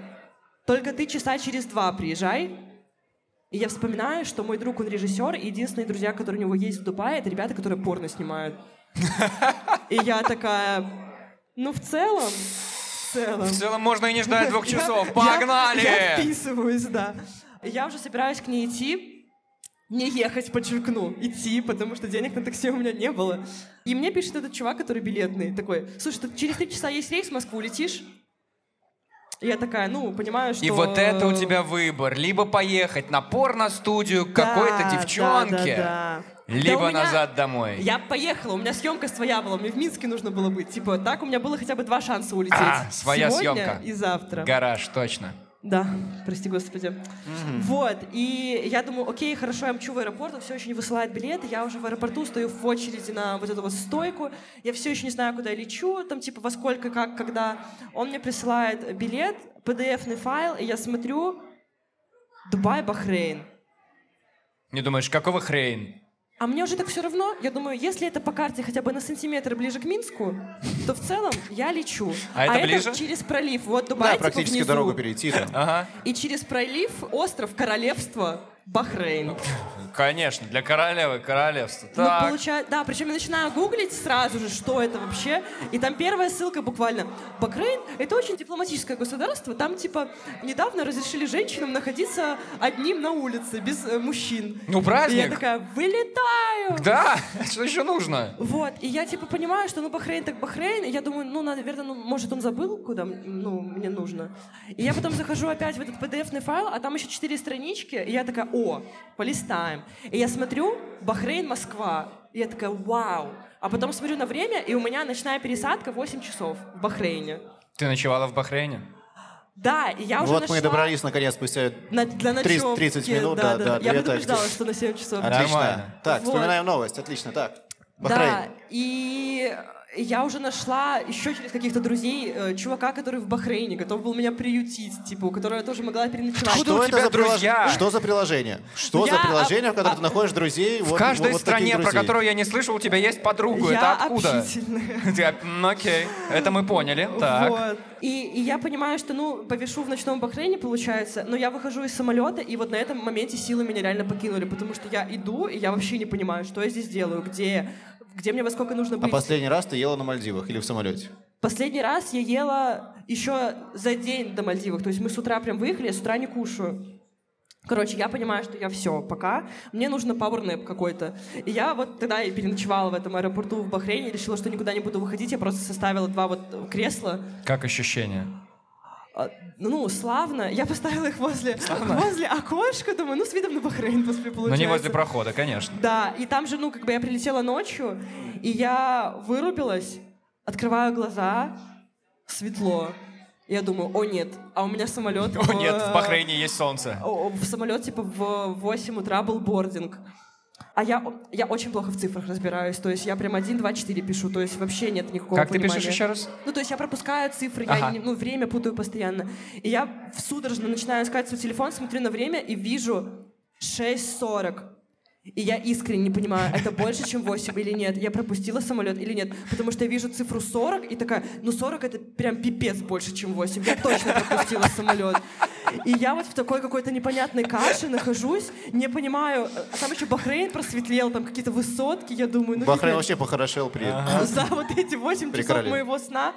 [SPEAKER 1] только ты часа через два приезжай. И я вспоминаю, что мой друг, он режиссер, и единственные друзья, которые у него есть в Дубае, это ребята, которые порно снимают. И я такая, ну в целом, в целом.
[SPEAKER 2] В целом можно и не ждать
[SPEAKER 1] [LAUGHS]
[SPEAKER 2] двух
[SPEAKER 1] Я-
[SPEAKER 2] часов.
[SPEAKER 1] я-
[SPEAKER 2] Погнали!
[SPEAKER 1] Я вписываюсь, да. Я уже собираюсь к ней идти. Не ехать, подчеркну, идти, потому что денег на такси у меня не было. И мне пишет этот чувак, который билетный, такой, слушай, тут через три часа есть рейс в Москву, летишь? И я такая, ну, понимаю, что...
[SPEAKER 2] И вот это у тебя выбор. Либо поехать на порно-студию к какой-то
[SPEAKER 1] Да,
[SPEAKER 2] девчонке,
[SPEAKER 1] да, да, да. Да
[SPEAKER 2] либо
[SPEAKER 1] у меня-
[SPEAKER 2] назад домой.
[SPEAKER 1] Я поехала, у меня съемка своя была, мне в Минске нужно было быть. Типа, так у меня было хотя бы два шанса улететь.
[SPEAKER 2] А, своя
[SPEAKER 1] Сегодня
[SPEAKER 2] съемка.
[SPEAKER 1] и завтра.
[SPEAKER 2] Гараж, точно.
[SPEAKER 1] Да, прости господи. Вот, и я думаю, окей, хорошо, я мчу в аэропорт, он все еще не высылает билеты, я уже в аэропорту стою в очереди на вот эту вот стойку, я все еще не знаю, куда я лечу, там типа во сколько, как, когда. Он мне присылает билет, PDF-ный файл, и я смотрю, Дубай, Бахрейн.
[SPEAKER 2] Не думаешь, какого хрень?
[SPEAKER 1] А мне уже так все равно, я думаю, если это по карте хотя бы на сантиметр ближе к Минску, то в целом я лечу.
[SPEAKER 2] А это ближе?
[SPEAKER 1] через пролив, вот Дубай,
[SPEAKER 3] Да,
[SPEAKER 1] типа,
[SPEAKER 3] практически
[SPEAKER 1] внизу.
[SPEAKER 3] дорогу перейти там.
[SPEAKER 2] Ага.
[SPEAKER 1] И через пролив остров королевства Бахрейн.
[SPEAKER 2] Конечно, для королевы королевства.
[SPEAKER 1] Ну,
[SPEAKER 2] Так.
[SPEAKER 1] получа- Да, причем я начинаю гуглить сразу же, что это вообще. И там первая ссылка буквально. Бахрейн — это очень дипломатическое государство. Там, типа, недавно разрешили женщинам находиться одним на улице, без э, мужчин.
[SPEAKER 2] Ну, праздник.
[SPEAKER 1] И я такая, вылетаю!
[SPEAKER 2] Да, [LAUGHS] что еще нужно?
[SPEAKER 1] Вот, и я типа понимаю, что ну Бахрейн так Бахрейн, и я думаю, ну, наверное, ну, может, он забыл, куда м- ну, мне нужно. И я потом захожу опять в этот PDF-ный файл, а там еще четыре странички, и я такая, о, полистаем. И я смотрю, Бахрейн, Москва, и я такая, вау. А потом смотрю на время, и у меня ночная пересадка 8 часов в Бахрейне.
[SPEAKER 2] Ты ночевала в Бахрейне?
[SPEAKER 1] Да, и я уже
[SPEAKER 3] Вот
[SPEAKER 1] нашла...
[SPEAKER 3] мы и добрались наконец спустя
[SPEAKER 1] на- для
[SPEAKER 3] трис-
[SPEAKER 1] ночевки.
[SPEAKER 3] 30 минут
[SPEAKER 1] да,
[SPEAKER 3] до- до
[SPEAKER 1] Я
[SPEAKER 3] ответа.
[SPEAKER 1] предупреждала, что на 7 часов.
[SPEAKER 3] Отлично.
[SPEAKER 2] Нормально.
[SPEAKER 3] Так,
[SPEAKER 1] Вот.
[SPEAKER 3] вспоминаем новость. Отлично. Так.
[SPEAKER 1] Да,
[SPEAKER 3] Бахрейн.
[SPEAKER 1] и я уже нашла еще через каких-то друзей э, чувака, который в Бахрейне готов был меня приютить, типа, у которого я тоже могла переночевать.
[SPEAKER 2] Откуда у
[SPEAKER 3] это
[SPEAKER 2] тебя
[SPEAKER 3] за прилож-
[SPEAKER 2] друзья?
[SPEAKER 3] Что за приложение? Что
[SPEAKER 1] Я
[SPEAKER 3] за приложение, в котором
[SPEAKER 1] об-
[SPEAKER 3] ты находишь друзей?
[SPEAKER 2] а В
[SPEAKER 3] вот-
[SPEAKER 2] каждой
[SPEAKER 3] вот таких
[SPEAKER 2] стране, про
[SPEAKER 3] друзей?
[SPEAKER 2] которую я не слышал, у тебя есть подруга.
[SPEAKER 1] я
[SPEAKER 2] это откуда?
[SPEAKER 1] общительная.
[SPEAKER 2] Ты- Ну, окей, это мы поняли. Так.
[SPEAKER 1] Вот. И, и я понимаю, что, ну, повешу в ночном Бахрейне, получается, но я выхожу из самолета, и вот на этом моменте силы меня реально покинули, потому что я иду, и я вообще не понимаю, что я здесь делаю, где, где мне во сколько нужно
[SPEAKER 3] А
[SPEAKER 1] быть.
[SPEAKER 3] последний раз ты ела на Мальдивах или в самолете?
[SPEAKER 1] Последний раз я ела еще за день до Мальдивов. То есть мы с утра прям выехали, я с утра не кушаю. Короче, я понимаю, что я все, пока. Мне нужно пауэрнэп какой-то. И я вот тогда и переночевала в этом аэропорту в Бахрейне, решила, что никуда не буду выходить. Я просто составила два вот кресла.
[SPEAKER 2] Как ощущение?
[SPEAKER 1] А, Ну, славно. Я поставила их возле, возле окошка, думаю, ну, с видом на Бахрейн после
[SPEAKER 2] Но
[SPEAKER 1] получается.
[SPEAKER 2] Ну, не возле прохода, конечно.
[SPEAKER 1] Да, и там же, ну, как бы я прилетела ночью, и я вырубилась, открываю глаза, светло. Я думаю, о нет, а у меня самолет...
[SPEAKER 2] [LAUGHS] О нет, в Бахрейне есть солнце.
[SPEAKER 1] о, о, В самолет, типа, в 8 утра был бординг. А я, о- я очень плохо в цифрах разбираюсь, то есть я прям 1, 2, 4 пишу, то есть вообще нет никакого
[SPEAKER 2] Как ты пишешь
[SPEAKER 1] понимания.
[SPEAKER 2] еще раз?
[SPEAKER 1] Ну, то есть я пропускаю цифры,
[SPEAKER 2] Ага.
[SPEAKER 1] я не- ну, время путаю постоянно. И я в судорожно начинаю искать свой телефон, смотрю на время и вижу 6.40. И я искренне не понимаю, это больше, чем 8 или нет. Я пропустила самолет или нет. Потому что я вижу цифру 40 и такая, ну 40 это прям пипец больше, чем 8. Я точно пропустила самолет. И я вот в такой какой-то непонятной каше нахожусь, не понимаю. А там еще Бахрейн просветлел, там какие-то высотки, я думаю. Ну,
[SPEAKER 3] Бахрейн
[SPEAKER 1] видно,
[SPEAKER 3] вообще похорошел при
[SPEAKER 1] [LAUGHS]
[SPEAKER 3] этом.
[SPEAKER 1] за вот эти 8 часов
[SPEAKER 3] Прикрыли.
[SPEAKER 1] моего сна.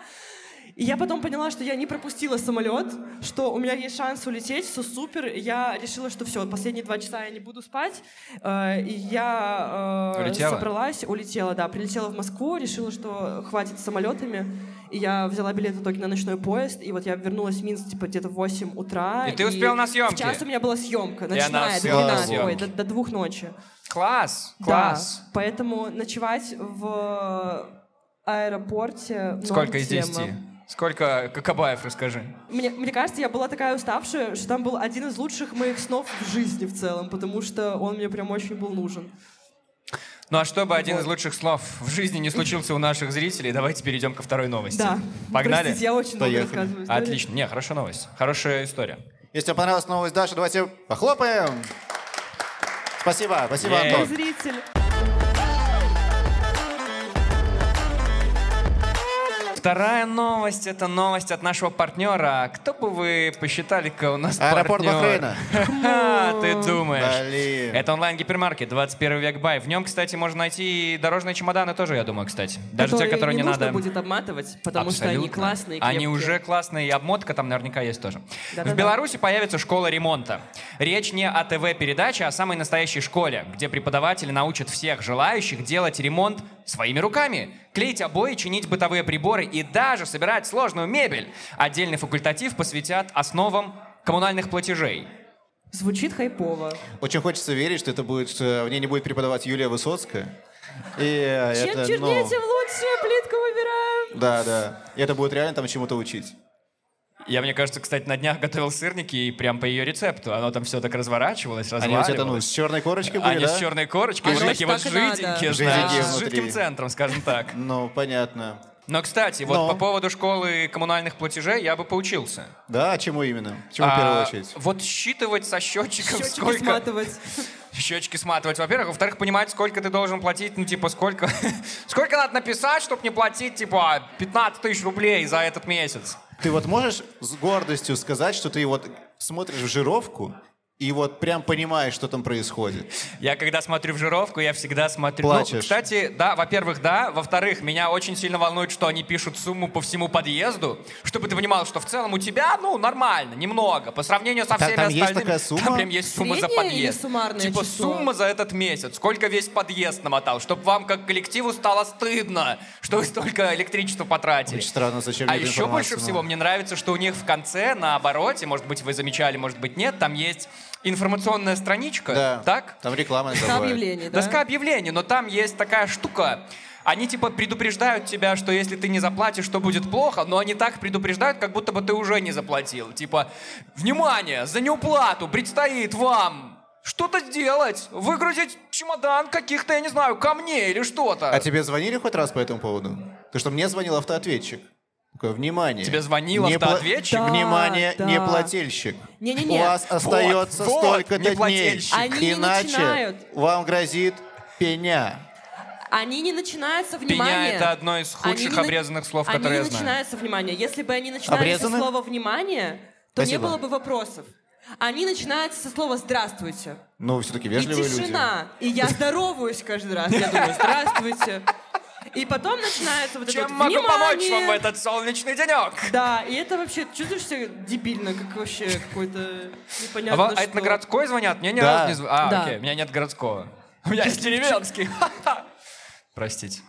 [SPEAKER 1] И я потом поняла, что я не пропустила самолет, что у меня есть шанс улететь, все супер. Я решила, что все, последние два часа я не буду спать. Э, И я э,
[SPEAKER 2] Улетела?
[SPEAKER 1] собралась, улетела, да, прилетела в Москву, решила, что хватит с самолетами. И я взяла билет в итоге на ночной поезд, и вот я вернулась в Минск типа где-то в 8 утра.
[SPEAKER 2] И ты успела на съемки?
[SPEAKER 1] В час у меня была съемка,
[SPEAKER 2] она
[SPEAKER 1] ночная,
[SPEAKER 2] успела
[SPEAKER 3] на
[SPEAKER 1] 12, ой,
[SPEAKER 2] съемки.
[SPEAKER 1] до- до двух ночи.
[SPEAKER 2] Класс,
[SPEAKER 1] Да,
[SPEAKER 2] класс.
[SPEAKER 1] поэтому ночевать в аэропорте... норм
[SPEAKER 2] Сколько из
[SPEAKER 1] тема.
[SPEAKER 2] 10? Сколько Кабаев, расскажи.
[SPEAKER 1] Мне, мне кажется, я была такая уставшая, что там был один из лучших моих снов в жизни в целом, потому что он мне прям очень был нужен.
[SPEAKER 2] Ну а чтобы один из лучших слов в жизни не случился у наших зрителей, давайте перейдем ко второй новости.
[SPEAKER 1] Да.
[SPEAKER 2] Погнали?
[SPEAKER 1] Простите, я очень долго
[SPEAKER 3] Поехали.
[SPEAKER 1] рассказываю историю.
[SPEAKER 2] Отлично. Не, хорошая новость. Хорошая история.
[SPEAKER 3] Если вам понравилась новость, Даша, давайте похлопаем. Спасибо, спасибо,
[SPEAKER 2] Е.
[SPEAKER 1] Мой
[SPEAKER 3] Антон.
[SPEAKER 1] зритель.
[SPEAKER 2] Вторая новость — это новость от нашего партнера. Кто бы вы посчитали-ка у нас
[SPEAKER 3] Аэропорт
[SPEAKER 2] партнер?
[SPEAKER 3] Бахрейна.
[SPEAKER 2] Ха, Ты
[SPEAKER 1] Хм.
[SPEAKER 2] думаешь.
[SPEAKER 3] Блин.
[SPEAKER 2] Это онлайн-гипермаркет, 21 век бай. В нем, кстати, можно найти и дорожные чемоданы тоже, я думаю, кстати. Даже те,
[SPEAKER 1] Которые
[SPEAKER 2] которые не,
[SPEAKER 1] не нужно
[SPEAKER 2] надо.
[SPEAKER 1] будет обматывать, потому что они
[SPEAKER 2] Абсолютно.
[SPEAKER 1] классные,
[SPEAKER 2] Они
[SPEAKER 1] крепкие.
[SPEAKER 2] уже классные, и обмотка там наверняка есть тоже.
[SPEAKER 1] Да-да-да.
[SPEAKER 2] В Беларуси появится школа ремонта. Речь не о ТВ-передаче, а о самой настоящей школе, где преподаватели научат всех желающих делать ремонт своими руками, клеить обои, чинить бытовые приборы и даже собирать сложную мебель. Отдельный факультатив посвятят основам коммунальных платежей.
[SPEAKER 1] Звучит хайпово.
[SPEAKER 3] Очень хочется верить, что это будет, э, в ней не будет преподавать Юлия Высоцкая. И
[SPEAKER 2] А
[SPEAKER 3] э,
[SPEAKER 1] Чем
[SPEAKER 3] это,
[SPEAKER 1] чернее,
[SPEAKER 3] ну,
[SPEAKER 1] тем лучше, плитку выбираем.
[SPEAKER 3] Да, да. И это будет реально там чему-то учить.
[SPEAKER 2] Я, мне кажется, кстати, на днях готовил сырники и прям по ее рецепту. Оно там все так разворачивалось,
[SPEAKER 3] Они у тебя там, ну,
[SPEAKER 2] разваливалось.
[SPEAKER 3] с черной корочкой были,
[SPEAKER 2] Они
[SPEAKER 3] да?
[SPEAKER 2] с черной корочкой,
[SPEAKER 1] А
[SPEAKER 2] вот
[SPEAKER 1] значит,
[SPEAKER 2] такие вот
[SPEAKER 1] так и надо.
[SPEAKER 2] жиденькие, знаешь,
[SPEAKER 3] Жиденькие
[SPEAKER 2] с жидким
[SPEAKER 3] внутри.
[SPEAKER 2] центром, скажем так.
[SPEAKER 3] Ну, понятно.
[SPEAKER 2] Но, кстати, вот
[SPEAKER 3] Но.
[SPEAKER 2] по поводу школы коммунальных платежей я бы поучился.
[SPEAKER 3] Да, а чему именно? Чему в
[SPEAKER 2] А,
[SPEAKER 3] первую очередь?
[SPEAKER 2] Вот считывать со счетчиков
[SPEAKER 1] Счетчики
[SPEAKER 2] сколько...
[SPEAKER 1] сматывать.
[SPEAKER 2] Счетчики сматывать, во-первых. Во-вторых, понимать, сколько ты должен платить, ну, типа, сколько... [LAUGHS] сколько надо написать, чтобы не платить, типа, 15 тысяч рублей за этот месяц.
[SPEAKER 3] Ты вот можешь с гордостью сказать, что ты вот смотришь в жировку и вот прям понимаешь, что там происходит.
[SPEAKER 2] Я когда смотрю в жировку, я всегда смотрю... Ну,
[SPEAKER 3] Плачешь.
[SPEAKER 2] кстати, да, во-первых, да. Во-вторых, меня очень сильно волнует, что они пишут сумму по всему подъезду, чтобы ты понимал, что в целом у тебя, ну, нормально, немного, по сравнению со
[SPEAKER 3] Та-
[SPEAKER 2] всеми
[SPEAKER 3] там есть
[SPEAKER 2] остальными.
[SPEAKER 3] такая сумма?
[SPEAKER 2] Там прям есть сумма за
[SPEAKER 1] Средняя или
[SPEAKER 2] подъезд.
[SPEAKER 1] суммарное
[SPEAKER 2] типа
[SPEAKER 1] число?
[SPEAKER 2] сумма за этот месяц, сколько весь подъезд намотал, чтобы вам как коллективу стало стыдно, что вы столько электричества потратили.
[SPEAKER 3] Очень странно, зачем
[SPEAKER 2] А
[SPEAKER 3] мне эта
[SPEAKER 2] еще больше
[SPEAKER 3] информация, ну.
[SPEAKER 2] всего мне нравится, что у них в конце, на обороте, может быть, вы замечали, может быть, нет, там есть информационная страничка,
[SPEAKER 3] Да.
[SPEAKER 2] так?
[SPEAKER 3] Там реклама иногда
[SPEAKER 1] На
[SPEAKER 3] бывает.
[SPEAKER 1] объявлении, да?
[SPEAKER 2] Доска объявлений, но там есть такая штука. Они типа предупреждают тебя, что если ты не заплатишь, то будет плохо, но они так предупреждают, как будто бы ты уже не заплатил. Типа, внимание, за неуплату предстоит вам что-то сделать, выгрузить чемодан каких-то, я не знаю, камней или что-то.
[SPEAKER 3] А тебе звонили хоть раз по этому поводу? Ты что, мне звонил автоответчик. Такое, внимание.
[SPEAKER 2] Тебе звонил
[SPEAKER 3] Не пла-
[SPEAKER 2] автоответчик?
[SPEAKER 1] Да,
[SPEAKER 3] внимание,
[SPEAKER 1] да.
[SPEAKER 3] не платильщик.
[SPEAKER 1] Не-не-не.
[SPEAKER 3] У вас остается
[SPEAKER 2] вот,
[SPEAKER 3] столько-то дней.
[SPEAKER 2] неплательщик.
[SPEAKER 1] Они не
[SPEAKER 3] Иначе
[SPEAKER 1] начинают.
[SPEAKER 3] вам грозит пеня.
[SPEAKER 1] Они не начинаются внимание.
[SPEAKER 2] Пеня — это одно из
[SPEAKER 1] Они
[SPEAKER 2] худших
[SPEAKER 1] не на-
[SPEAKER 2] обрезанных слов,
[SPEAKER 1] Они
[SPEAKER 2] которые я
[SPEAKER 1] не
[SPEAKER 2] знаю.
[SPEAKER 1] начинаются внимание. Если бы они начинали
[SPEAKER 3] Обрезаны?
[SPEAKER 1] со слова внимание, то
[SPEAKER 3] Спасибо.
[SPEAKER 1] не было бы вопросов. Они начинаются со слова здравствуйте.
[SPEAKER 3] Ну, все-таки
[SPEAKER 1] И
[SPEAKER 3] вежливые
[SPEAKER 1] тишина. И я здороваюсь каждый раз. Я думаю, здравствуйте. И потом начинается вот это
[SPEAKER 2] Чем
[SPEAKER 1] вот
[SPEAKER 2] могу помочь
[SPEAKER 1] «Внимание!»
[SPEAKER 2] вам в этот солнечный денек?
[SPEAKER 1] Да, и это вообще чувствуешь себя дебильно, как вообще какой-то
[SPEAKER 2] А
[SPEAKER 1] непонятно
[SPEAKER 2] ва- а это
[SPEAKER 1] что.
[SPEAKER 2] на городской звонят? Мне ни
[SPEAKER 3] Да.
[SPEAKER 2] разу не звонят. А,
[SPEAKER 1] Да.
[SPEAKER 2] окей, у меня
[SPEAKER 1] [LAUGHS]
[SPEAKER 2] нет городского. У меня есть деревенский. Ха-ха. [LAUGHS] Простите.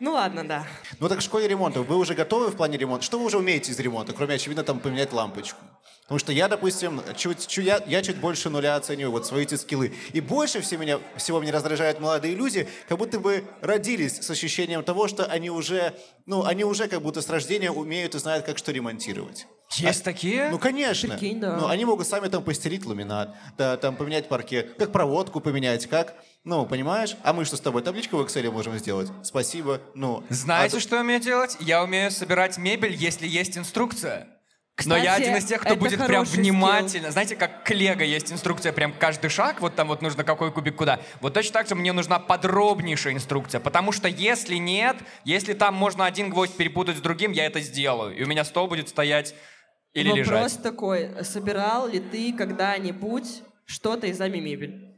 [SPEAKER 1] Ну ладно, да.
[SPEAKER 3] люди. Ну так в школе ремонта вы уже готовы в плане ремонта? Что вы уже умеете из ремонта, кроме, очевидно, там поменять лампочку? Потому что я, допустим, чуть, чу- я, я чуть больше нуля оцениваю вот свои эти скиллы. И больше всего меня, всего меня раздражают молодые люди, как будто бы родились с ощущением того, что они уже, ну, они уже как будто с рождения умеют и знают, как что ремонтировать.
[SPEAKER 2] Есть такие?
[SPEAKER 3] Ну, конечно.
[SPEAKER 1] Прикинь, да.
[SPEAKER 3] Ну, они могут сами там постелить ламинат, да, там поменять паркет, как проводку поменять, как, ну, понимаешь? А мы что с тобой, табличку в Excel можем сделать? Спасибо, ну.
[SPEAKER 2] Знаете,
[SPEAKER 3] а то-
[SPEAKER 2] что я умею делать? Я умею собирать мебель, если есть инструкция. Но я
[SPEAKER 1] Кстати,
[SPEAKER 2] один из тех, кто
[SPEAKER 1] это
[SPEAKER 2] будет прям
[SPEAKER 1] хороший скилл.
[SPEAKER 2] внимательно. Знаете, как к Лего есть инструкция, прям каждый шаг, вот там вот нужно какой кубик куда. Вот точно так же мне нужна подробнейшая инструкция, потому что если нет, если там можно один гвоздь перепутать с другим, я это сделаю. И у меня стол будет стоять или
[SPEAKER 1] Вопрос
[SPEAKER 2] лежать.
[SPEAKER 1] такой, собирал ли ты когда-нибудь что-то из ами мебель?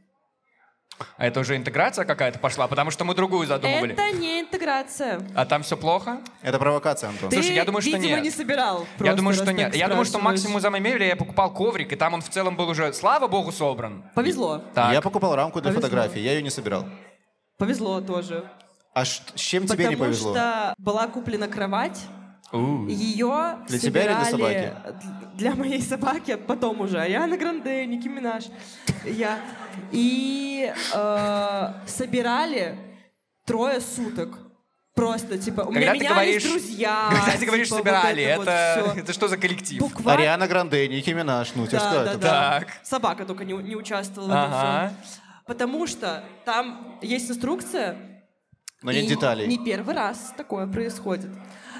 [SPEAKER 2] А это уже интеграция какая-то пошла, потому что мы другую задумывали.
[SPEAKER 1] Это не интеграция.
[SPEAKER 2] А там все плохо?
[SPEAKER 3] Это провокация, Антон.
[SPEAKER 2] Ну, Слушай, я думаю, что
[SPEAKER 1] видимо,
[SPEAKER 2] нет.
[SPEAKER 1] не собирал.
[SPEAKER 2] я
[SPEAKER 1] просто,
[SPEAKER 2] думаю,
[SPEAKER 1] раз
[SPEAKER 2] что
[SPEAKER 1] так
[SPEAKER 2] нет. Я думаю, что
[SPEAKER 1] спрашиваешь.
[SPEAKER 2] максимум за моей мебели я покупал коврик, и там он в целом был уже, слава богу, собран.
[SPEAKER 1] Повезло.
[SPEAKER 2] Так.
[SPEAKER 3] Я покупал рамку для
[SPEAKER 1] Повезло.
[SPEAKER 3] фотографии, я ее не собирал.
[SPEAKER 1] Повезло тоже.
[SPEAKER 3] А ш- с чем тебе
[SPEAKER 1] Потому
[SPEAKER 3] не повезло?
[SPEAKER 1] что была куплена кровать,
[SPEAKER 2] У.
[SPEAKER 1] ее
[SPEAKER 3] Для тебя или для
[SPEAKER 1] Для моей собаки, а потом уже. Ариана Гранде, Ники Минаж. Я. И э, собирали трое суток. Просто, типа, у меня
[SPEAKER 2] Когда ты
[SPEAKER 1] менялись
[SPEAKER 2] говоришь,
[SPEAKER 1] друзья.
[SPEAKER 2] когда ты
[SPEAKER 1] типа,
[SPEAKER 2] говоришь
[SPEAKER 1] вот
[SPEAKER 2] собирали,
[SPEAKER 1] это вот
[SPEAKER 2] А, это,
[SPEAKER 1] всё.
[SPEAKER 2] [LAUGHS] это что за коллектив?
[SPEAKER 1] Буквально
[SPEAKER 3] Ариана Гранде, Ники Минаж, ну, тебе
[SPEAKER 1] Да,
[SPEAKER 3] что
[SPEAKER 1] да,
[SPEAKER 3] это?
[SPEAKER 1] да.
[SPEAKER 2] Так.
[SPEAKER 1] Собака только не, у- не участвовала в
[SPEAKER 2] Ага.
[SPEAKER 1] этом всем. Потому что там есть инструкция.
[SPEAKER 3] Но нет
[SPEAKER 1] и
[SPEAKER 3] деталей.
[SPEAKER 1] Не первый раз такое происходит.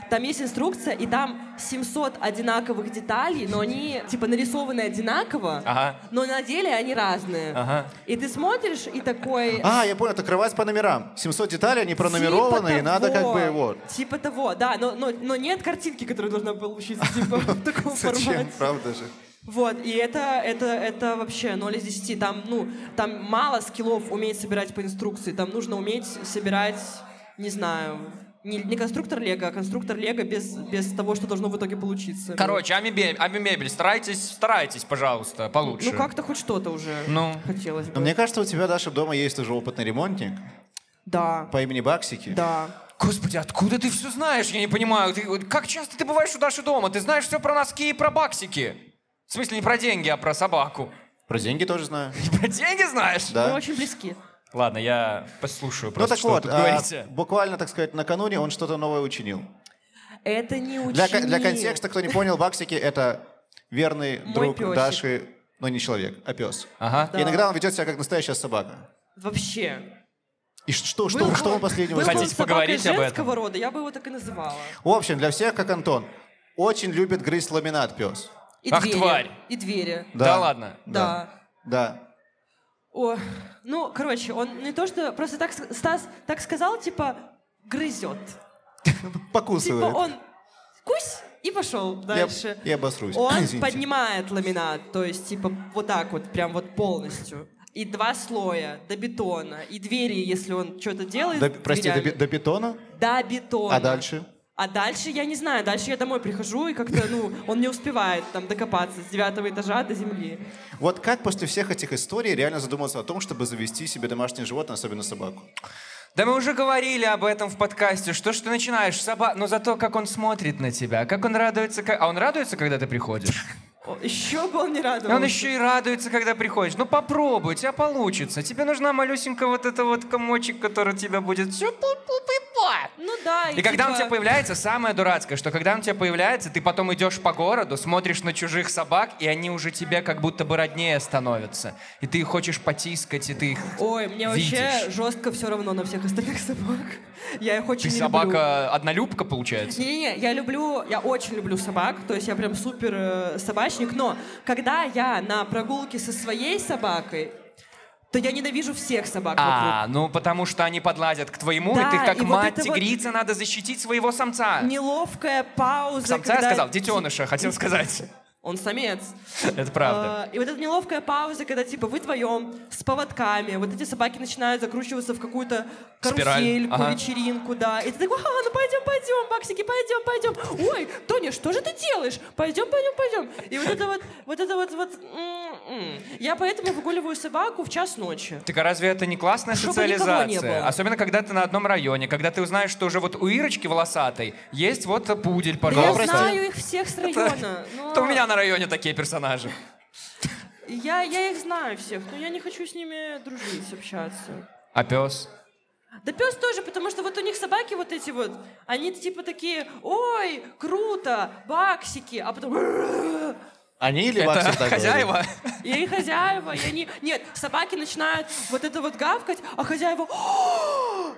[SPEAKER 1] Там есть инструкция, и там 700 одинаковых деталей, но они типа нарисованы одинаково,
[SPEAKER 2] Ага.
[SPEAKER 1] но на деле они разные.
[SPEAKER 2] Ага.
[SPEAKER 1] И ты смотришь и такой...
[SPEAKER 3] А, я понял, это кровать по номерам. 700 деталей, они пронумерованы,
[SPEAKER 1] типа
[SPEAKER 3] и надо как
[SPEAKER 1] того,
[SPEAKER 3] бы вот.
[SPEAKER 1] Типа того, да, но, но, но нет картинки, которая должна получиться типа, [LAUGHS] в таком
[SPEAKER 3] Зачем,
[SPEAKER 1] формате.
[SPEAKER 3] правда же?
[SPEAKER 1] Вот, и это, это, это вообще 0 из 10. Там, ну, там мало скиллов уметь собирать по инструкции. Там нужно уметь собирать, не знаю, не, не конструктор Лего, а конструктор Лего без, без того, что должно в итоге получиться.
[SPEAKER 2] Короче, амибе- амимебель, старайтесь, старайтесь, пожалуйста, получше.
[SPEAKER 1] Ну, как-то хоть что-то уже
[SPEAKER 2] Ну.
[SPEAKER 1] хотелось бы.
[SPEAKER 3] Но мне кажется, у тебя, Даша, дома есть уже опытный ремонтник
[SPEAKER 1] Да,
[SPEAKER 3] по имени Баксики.
[SPEAKER 1] да.
[SPEAKER 2] Господи, откуда ты все знаешь? Я не понимаю. Ты- вот как часто ты бываешь у Даши дома? Ты знаешь все про носки и про баксики. В смысле, не про деньги, а про собаку. [LAUGHS]
[SPEAKER 3] Про деньги тоже знаю.
[SPEAKER 2] И про деньги знаешь?
[SPEAKER 1] Мы
[SPEAKER 3] Да.
[SPEAKER 1] очень близки.
[SPEAKER 2] Ладно, я послушаю
[SPEAKER 3] Ну
[SPEAKER 2] просто,
[SPEAKER 3] так
[SPEAKER 2] что
[SPEAKER 3] вот,
[SPEAKER 2] вы тут
[SPEAKER 3] а,
[SPEAKER 2] говорите.
[SPEAKER 3] буквально, так сказать, накануне он что-то новое учинил.
[SPEAKER 1] Это не учи.
[SPEAKER 3] Для, ко- для контекста, кто не понял, Баксики — это верный
[SPEAKER 1] Мой
[SPEAKER 3] друг
[SPEAKER 1] пёсик.
[SPEAKER 3] Даши, но не человек, а пес.
[SPEAKER 2] Ага.
[SPEAKER 1] Да.
[SPEAKER 3] Иногда он ведет себя как настоящая собака.
[SPEAKER 1] Вообще.
[SPEAKER 3] И ш- что, что,
[SPEAKER 1] Был
[SPEAKER 3] он-
[SPEAKER 1] бы-
[SPEAKER 3] что он последнего
[SPEAKER 1] был бы
[SPEAKER 2] Хотите
[SPEAKER 1] он
[SPEAKER 3] сделал?
[SPEAKER 1] собакой
[SPEAKER 2] поговорить об этом?
[SPEAKER 1] женского рода, я бы его так и называла.
[SPEAKER 3] В общем, для всех, как Антон, очень любит грызть ламинат пес.
[SPEAKER 1] И
[SPEAKER 2] Ах,
[SPEAKER 1] двери.
[SPEAKER 2] тварь.
[SPEAKER 1] И двери.
[SPEAKER 2] Да, ладно.
[SPEAKER 1] да.
[SPEAKER 3] Да.
[SPEAKER 1] О, ну, короче, он не то что... Просто так с- Стас так сказал, типа, грызет. Типа
[SPEAKER 3] Покусывает.
[SPEAKER 1] он кусь и пошел дальше.
[SPEAKER 3] Я, я обосрусь.
[SPEAKER 1] Он
[SPEAKER 3] Извините.
[SPEAKER 1] поднимает ламинат, то есть, типа, вот так вот, прям вот полностью. И два слоя до бетона. И двери, если он что-то делает...
[SPEAKER 3] До-
[SPEAKER 1] с
[SPEAKER 3] прости, до,
[SPEAKER 1] дверями,
[SPEAKER 3] бе- до бетона?
[SPEAKER 1] до бетона.
[SPEAKER 3] А дальше?
[SPEAKER 1] А дальше я не знаю, дальше я домой прихожу, и как-то, ну, он не успевает там докопаться с девятого этажа до земли.
[SPEAKER 3] Вот как после всех этих историй реально задуматься о том, чтобы завести себе домашнее животное, особенно собаку?
[SPEAKER 2] Да мы уже говорили об этом в подкасте. Что ж ты ну
[SPEAKER 3] [LAUGHS]
[SPEAKER 2] начинаешь, соба... Но зато как он смотрит на тебя, как он радуется... ка- А он радуется, когда ты приходишь?
[SPEAKER 1] О, Еще бы он не
[SPEAKER 2] И
[SPEAKER 1] радовался.
[SPEAKER 2] он еще и радуется, когда приходишь. Ну попробуй, у тебя получится. Тебе нужна малюсенькая вот эта вот комочек, который тебя будет... всё пу-пу-пу-па.
[SPEAKER 1] Ну да.
[SPEAKER 2] И когда он у
[SPEAKER 1] типа,
[SPEAKER 2] тебя появляется, самое дурацкое, что когда он у тебя появляется, ты потом идешь по городу, смотришь на чужих собак, и они уже тебе как будто бы роднее становятся. И ты их хочешь потискать, и ты их...
[SPEAKER 1] Ой, мне вообще
[SPEAKER 2] видишь.
[SPEAKER 1] жестко все равно на всех остальных собак. [LAUGHS] Я их очень
[SPEAKER 2] Ты
[SPEAKER 1] не люблю.
[SPEAKER 2] собака однолюбка, получается?
[SPEAKER 1] Не-не-не, я люблю, я очень люблю собак, то есть я прям супер э, собачник, но когда я на прогулке со своей собакой, то я ненавижу всех собак вокруг.
[SPEAKER 2] А, ну потому что они подлазят к твоему,
[SPEAKER 1] Да,
[SPEAKER 2] и ты как
[SPEAKER 1] и вот это вот-
[SPEAKER 2] мать-тигрица надо защитить своего самца.
[SPEAKER 1] Неловкая пауза.
[SPEAKER 2] Самца я
[SPEAKER 1] когда-
[SPEAKER 2] сказал,
[SPEAKER 1] [LAUGHS]
[SPEAKER 2] детеныша, хотел сказать.
[SPEAKER 1] Он самец.
[SPEAKER 2] Это правда.
[SPEAKER 1] Э, И вот эта неловкая пауза, когда типа вы вдвоем с поводками, вот эти собаки начинают закручиваться в какую-то
[SPEAKER 2] Спираль,
[SPEAKER 1] карусельку,
[SPEAKER 2] ага.
[SPEAKER 1] вечеринку, да. И ты такой, ага, ну пойдем, пойдем, Баксики, пойдем, пойдем. Ой, Тоня, что же ты делаешь? Пойдем, пойдем, пойдем. И вот это вот, вот это вот, вот. м, м. Я поэтому выгуливаю собаку в час ночи.
[SPEAKER 2] Так а разве это не классная
[SPEAKER 1] Чтобы никого не
[SPEAKER 2] социализация?
[SPEAKER 1] было.
[SPEAKER 2] Особенно, когда ты на одном районе, когда ты узнаешь, что уже вот у Ирочки волосатой есть вот пудель,
[SPEAKER 1] Да я
[SPEAKER 2] пожалуйста.
[SPEAKER 1] знаю их всех с района.
[SPEAKER 2] [LAUGHS]
[SPEAKER 1] но
[SPEAKER 2] Ну, То у меня на районе такие персонажи.
[SPEAKER 1] я, я их знаю всех, но я не хочу с ними дружить, общаться.
[SPEAKER 2] А пес?
[SPEAKER 1] Да пес тоже, потому что вот у них собаки вот эти вот, они типа такие, ой, круто, баксики, а потом... «Рррр».
[SPEAKER 3] Они или
[SPEAKER 2] Это
[SPEAKER 3] Баксик так
[SPEAKER 2] хозяева?
[SPEAKER 1] И они хозяева, и они... Нет, собаки начинают вот это вот гавкать, а хозяева... «О,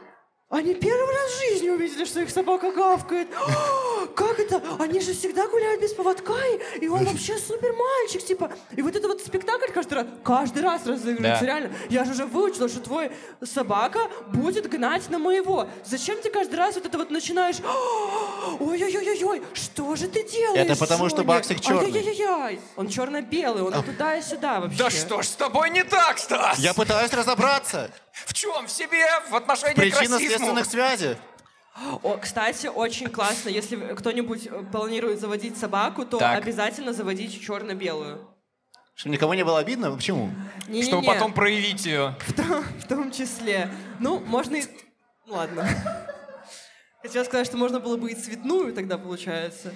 [SPEAKER 1] Они первый раз в жизни увидели, что их собака гавкает. «О, Как это? Они же всегда гуляют без поводка, и- и он вообще супер мальчик, типа. И вот это вот спектакль каждый раз, каждый раз разыгрывается,
[SPEAKER 2] Да.
[SPEAKER 1] реально. Я же уже выучила, что твой собака будет гнать на моего. Зачем ты каждый раз вот это вот начинаешь? «О, Ой-ой-ой-ой, что же ты делаешь?
[SPEAKER 3] Это потому, что
[SPEAKER 1] Соня?
[SPEAKER 3] Баксик черный.
[SPEAKER 1] Ай-яй-яй-яй! Он черно-белый, он и туда и сюда вообще.
[SPEAKER 2] А. Да что ж с тобой не так, Стас?
[SPEAKER 3] Я пытаюсь разобраться.
[SPEAKER 2] В чем? В себе? В отношении к
[SPEAKER 3] Причина
[SPEAKER 2] расизму?
[SPEAKER 3] следственных связей.
[SPEAKER 1] О, кстати, очень классно, если кто-нибудь э, планирует заводить собаку, то
[SPEAKER 2] Так.
[SPEAKER 1] обязательно заводить черно-белую.
[SPEAKER 3] Чтобы никому не было обидно? Почему?
[SPEAKER 1] Не,
[SPEAKER 2] Чтобы потом проявить ее.
[SPEAKER 1] в том числе. Ну, можно и... Ну, ладно. Хотела сказать, что можно было бы и цветную тогда, получается.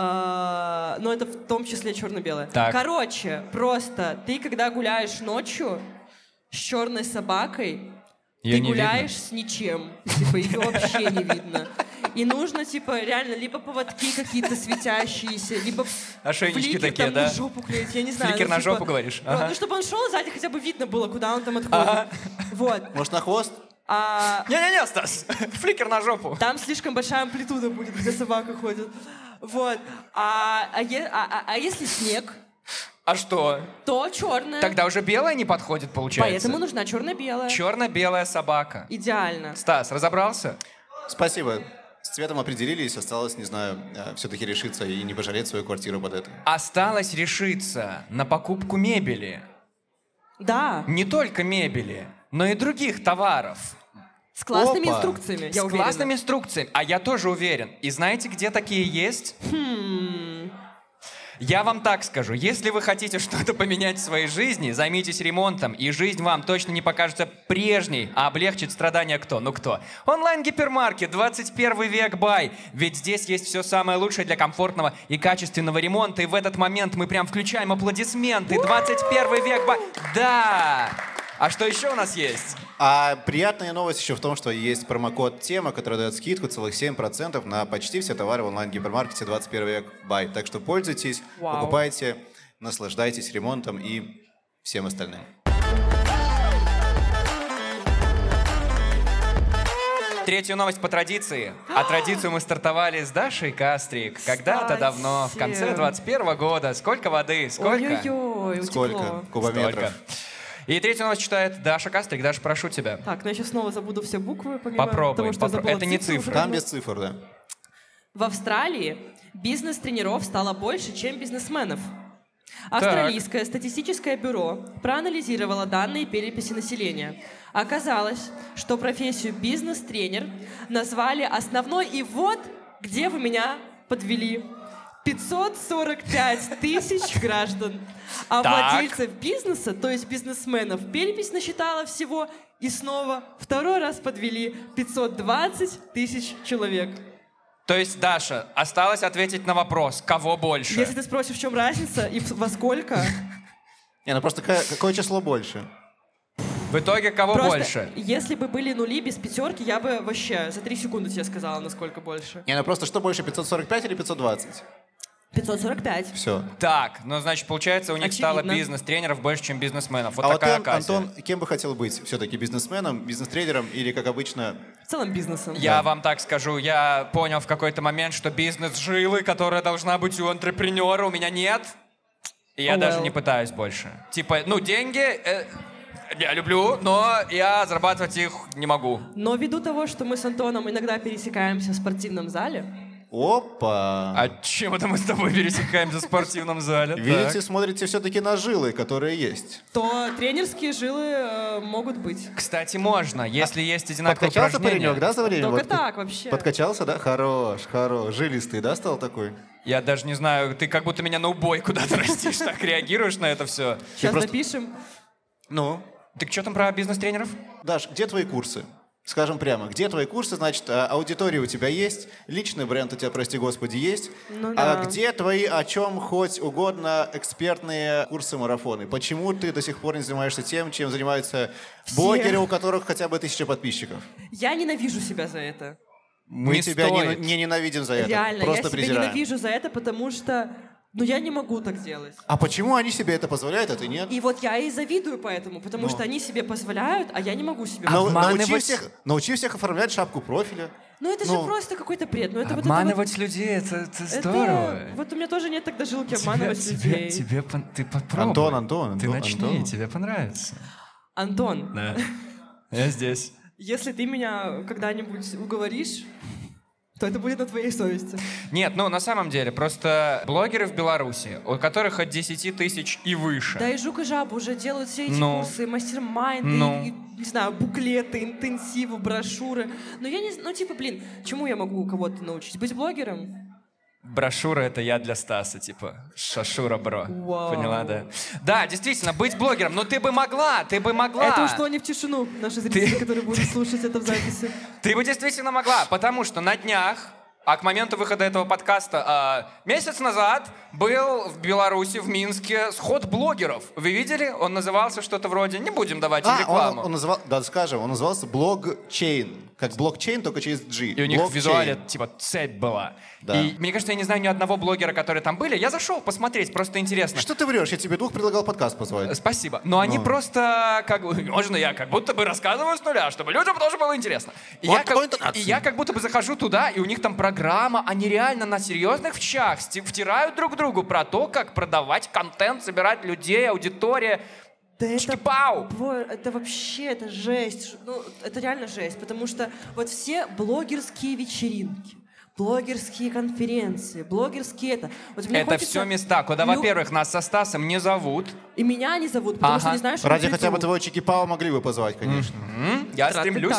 [SPEAKER 1] А, Но это в том числе черно-белое.
[SPEAKER 2] Так.
[SPEAKER 1] Короче, просто ты, когда гуляешь ночью с черной собакой,
[SPEAKER 2] Её
[SPEAKER 1] ты
[SPEAKER 2] не
[SPEAKER 1] гуляешь с ничем. Типа ее вообще не видно. И нужно, типа, реально, либо поводки какие-то светящиеся, либо
[SPEAKER 2] Ошейнички
[SPEAKER 1] фликер
[SPEAKER 2] такие,
[SPEAKER 1] там
[SPEAKER 2] да?
[SPEAKER 1] на жопу клеить, я не знаю.
[SPEAKER 2] Фликер
[SPEAKER 1] ну,
[SPEAKER 2] на
[SPEAKER 1] типа,
[SPEAKER 2] жопу, говоришь?
[SPEAKER 1] ну,
[SPEAKER 2] Ага.
[SPEAKER 1] Ну, чтобы он шел сзади, хотя бы видно было, куда он там отходит. Вот.
[SPEAKER 3] Может, на хвост?
[SPEAKER 1] А,
[SPEAKER 2] Не-не-не, Стас, [LAUGHS] фликер на жопу.
[SPEAKER 1] там слишком большая амплитуда будет, где собака ходит. Вот. А, а е- а- а- а если снег,
[SPEAKER 2] А что?
[SPEAKER 1] то черная.
[SPEAKER 2] Тогда уже белая не подходит, получается.
[SPEAKER 1] Поэтому нужна черно-белая.
[SPEAKER 2] Черно-белая собака.
[SPEAKER 1] Идеально.
[SPEAKER 2] Стас, разобрался?
[SPEAKER 3] Спасибо. С цветом определились, осталось, не знаю, все-таки решиться и не пожалеть свою квартиру под это.
[SPEAKER 2] Осталось решиться на покупку мебели.
[SPEAKER 1] Да.
[SPEAKER 2] Не только мебели, но и других товаров.
[SPEAKER 1] С классными
[SPEAKER 3] Опа.
[SPEAKER 1] инструкциями. Я
[SPEAKER 2] с
[SPEAKER 1] уверена.
[SPEAKER 2] классными инструкциями. А я тоже уверен. И знаете, где такие есть?
[SPEAKER 1] Хм.
[SPEAKER 2] Я вам так скажу, если вы хотите что-то поменять в своей жизни, займитесь ремонтом, и жизнь вам точно не покажется прежней, а облегчит страдания кто? Ну кто? Онлайн-гипермаркет, 21 век, бай! Ведь здесь есть все самое лучшее для комфортного и качественного ремонта, и в этот момент мы прям включаем аплодисменты, 21 век, бай! Да! А что еще у нас есть?
[SPEAKER 3] А приятная новость еще в том, что есть промокод «Тема», который дает скидку целых 7% на почти все товары в онлайн-гипермаркете 21 век бай. Так что пользуйтесь,
[SPEAKER 1] Вау.
[SPEAKER 3] покупайте, наслаждайтесь ремонтом и всем остальным.
[SPEAKER 2] Третью новость по традиции. А традицию мы стартовали с Дашей Кастрик. Когда-то
[SPEAKER 1] Кстати.
[SPEAKER 2] давно, в конце 21 года. Сколько воды? Сколько?
[SPEAKER 1] Ой-ой-ой, утекло.
[SPEAKER 3] Сколько кубометров?
[SPEAKER 2] Столько. И третью новость читает Даша Кастрик. Даша, прошу тебя.
[SPEAKER 1] Так, но я сейчас снова забуду все буквы, помимо
[SPEAKER 2] Попробуй,
[SPEAKER 1] того, что
[SPEAKER 2] попро-
[SPEAKER 1] забыла
[SPEAKER 2] это не
[SPEAKER 1] цифры.
[SPEAKER 2] цифры.
[SPEAKER 3] Там без цифр, да.
[SPEAKER 1] В Австралии бизнес-тренеров стало больше, чем бизнесменов. Австралийское статистическое бюро проанализировало данные переписи населения. Оказалось, что профессию бизнес-тренер назвали основной, и вот где вы меня подвели. 545 тысяч граждан. А
[SPEAKER 2] Так.
[SPEAKER 1] владельцев бизнеса, то есть бизнесменов, перепись насчитала всего и снова второй раз подвели 520 тысяч человек.
[SPEAKER 2] То есть, Даша, осталось ответить на вопрос, кого больше?
[SPEAKER 1] Если ты спросишь, в чем разница и в- во сколько,
[SPEAKER 3] Не, ну просто ка- какое число больше?
[SPEAKER 2] В итоге кого
[SPEAKER 1] просто
[SPEAKER 2] больше?
[SPEAKER 1] если бы были нули без пятерки, я бы вообще за три секунды тебе сказала, насколько больше.
[SPEAKER 3] Не, ну просто что больше, 545 или 520?
[SPEAKER 1] 545.
[SPEAKER 3] Все.
[SPEAKER 2] Так, ну значит, получается, у них стало
[SPEAKER 1] Очевидно.
[SPEAKER 2] бизнес-тренеров больше, чем бизнесменов. Вот
[SPEAKER 3] а вот
[SPEAKER 2] такая
[SPEAKER 3] Ан-
[SPEAKER 2] оказия.
[SPEAKER 3] Антон, кем бы хотел быть? Все-таки бизнесменом, бизнес-трейдером или, как обычно,
[SPEAKER 1] В целом бизнесом.
[SPEAKER 2] Я вам так скажу, я понял в какой-то момент, что бизнес-жилы, которая должна быть у антрепренера, у меня нет. И я
[SPEAKER 1] Oh,
[SPEAKER 2] даже
[SPEAKER 1] well.
[SPEAKER 2] не пытаюсь больше. Типа, ну, деньги э, я люблю, но я зарабатывать их не могу.
[SPEAKER 1] Но ввиду того, что мы с Антоном иногда пересекаемся в спортивном зале,
[SPEAKER 3] опа!
[SPEAKER 2] А чем это мы с тобой пересекаемся в спортивном зале?
[SPEAKER 3] [LAUGHS] Видите,
[SPEAKER 2] Так.
[SPEAKER 3] смотрите все-таки на жилы, которые есть.
[SPEAKER 1] то тренерские жилы э, могут быть.
[SPEAKER 2] Кстати, можно, если есть одинаковые
[SPEAKER 3] А Подкачался
[SPEAKER 2] упражнения.
[SPEAKER 3] паренек, да, за время?
[SPEAKER 1] Только
[SPEAKER 3] вот-
[SPEAKER 1] так вообще.
[SPEAKER 3] Подкачался, да? Хорош, хорош. Жилистый, да, стал такой?
[SPEAKER 2] Я даже не знаю, ты как будто меня на убой куда-то растишь, так реагируешь на это все.
[SPEAKER 1] Сейчас
[SPEAKER 3] просто-
[SPEAKER 1] напишем.
[SPEAKER 3] Ну?
[SPEAKER 2] Так что там про бизнес-тренеров?
[SPEAKER 3] Даш, где твои курсы? Скажем прямо, где твои курсы, значит, а, аудитория у тебя есть, личный бренд у тебя, прости господи, есть.
[SPEAKER 1] Ну
[SPEAKER 3] а
[SPEAKER 1] да.
[SPEAKER 3] где твои о чем хоть угодно экспертные курсы-марафоны? Почему ты до сих пор не занимаешься тем, чем занимаются
[SPEAKER 1] Все.
[SPEAKER 3] блогеры, у которых хотя бы тысяча подписчиков?
[SPEAKER 1] Я ненавижу себя за это.
[SPEAKER 3] Мы
[SPEAKER 2] Не
[SPEAKER 3] тебя не,
[SPEAKER 2] стоит.
[SPEAKER 3] не ненавидим за это.
[SPEAKER 1] Реально,
[SPEAKER 3] просто
[SPEAKER 1] я себя
[SPEAKER 3] презираем.
[SPEAKER 1] ненавижу за это, потому что ну я не могу так делать.
[SPEAKER 3] А почему они себе это позволяют, а ты нет?
[SPEAKER 1] И вот я и завидую поэтому, потому что они себе позволяют, а я не могу себе.
[SPEAKER 3] Нау- научи,
[SPEAKER 2] обманывать-
[SPEAKER 3] всех, научи всех оформлять шапку профиля.
[SPEAKER 1] Ну это
[SPEAKER 3] ну,
[SPEAKER 1] же просто какой-то бред. Ну это вот это вот-
[SPEAKER 2] Обманывать людей, это, это
[SPEAKER 1] это-
[SPEAKER 2] здорово.
[SPEAKER 1] вот у меня тоже нет тогда жилки
[SPEAKER 2] Тебе-
[SPEAKER 1] обманывать
[SPEAKER 2] тебе-
[SPEAKER 1] людей.
[SPEAKER 2] тебе пон- ты попробуй.
[SPEAKER 3] Антон, Антон,
[SPEAKER 2] Ты
[SPEAKER 3] Антон,
[SPEAKER 2] начни,
[SPEAKER 3] Антон.
[SPEAKER 2] тебе понравится.
[SPEAKER 1] Антон,
[SPEAKER 2] Да. Я здесь.
[SPEAKER 1] если ты меня когда-нибудь уговоришь, то это будет на твоей совести.
[SPEAKER 2] Нет, ну на самом деле, просто блогеры в Беларуси, у которых от 10 тысяч и выше.
[SPEAKER 1] Да и Жук и Жаба уже делают все эти
[SPEAKER 2] Ну.
[SPEAKER 1] курсы, мастер-майнды,
[SPEAKER 2] Ну.
[SPEAKER 1] и, не знаю, буклеты, интенсивы, брошюры. Но я не знаю, ну типа, блин, чему я могу кого-то научить? Быть блогером?
[SPEAKER 2] Брошюра — это я для Стаса, типа. Шашура, бро.
[SPEAKER 1] Вау.
[SPEAKER 2] Поняла, да? Да, действительно, быть блогером. Но ты бы могла, ты бы могла.
[SPEAKER 1] Это ушло не в тишину, наши зрители, которые будут слушать это в записи.
[SPEAKER 2] Ты бы действительно могла, потому что на днях, а к моменту выхода этого подкаста, а, месяц назад был в Беларуси, в Минске, сход блогеров. Вы видели? Он назывался что-то вроде «Не будем давать им
[SPEAKER 3] А,
[SPEAKER 2] рекламу».
[SPEAKER 3] он, он называл, да, скажем, он назывался блокчейн. Как блокчейн, только через G.
[SPEAKER 2] И у них в
[SPEAKER 3] Блокчейн.
[SPEAKER 2] визуале, типа, цепь была.
[SPEAKER 3] Да.
[SPEAKER 2] И мне кажется, я не знаю ни одного блогера, которые там были. Я зашел посмотреть, просто интересно.
[SPEAKER 3] Что ты врешь? Я тебе двух предлагал подкаст позвать.
[SPEAKER 2] Спасибо. Но они
[SPEAKER 3] Ну.
[SPEAKER 2] просто как бы- можно я как будто бы рассказываю с нуля, чтобы людям тоже было интересно. И,
[SPEAKER 3] Вот
[SPEAKER 2] я,
[SPEAKER 3] такой
[SPEAKER 2] как,
[SPEAKER 3] интонации.
[SPEAKER 2] и я как будто бы захожу туда, и у них там программа, они реально на серьезных вчах сти- втирают друг другу про то, как продавать контент, собирать людей, аудитория.
[SPEAKER 1] Да
[SPEAKER 2] Чики-пау!
[SPEAKER 1] бо- это вообще, это жесть. Ш- Ну, это реально жесть, потому что вот все блогерские вечеринки, блогерские конференции, блогерские это. Вот мне
[SPEAKER 2] Это
[SPEAKER 1] хочется-
[SPEAKER 2] все места, куда,
[SPEAKER 1] Лю-
[SPEAKER 2] во-первых, нас со Стасом не зовут.
[SPEAKER 1] И меня не зовут, потому что
[SPEAKER 2] Ага.
[SPEAKER 1] не знаешь, что
[SPEAKER 3] Ради
[SPEAKER 1] приду.
[SPEAKER 3] хотя бы твоего Чики Пау могли бы позвать, конечно.
[SPEAKER 2] М, Я
[SPEAKER 1] Тра-та-та.
[SPEAKER 2] стремлюсь.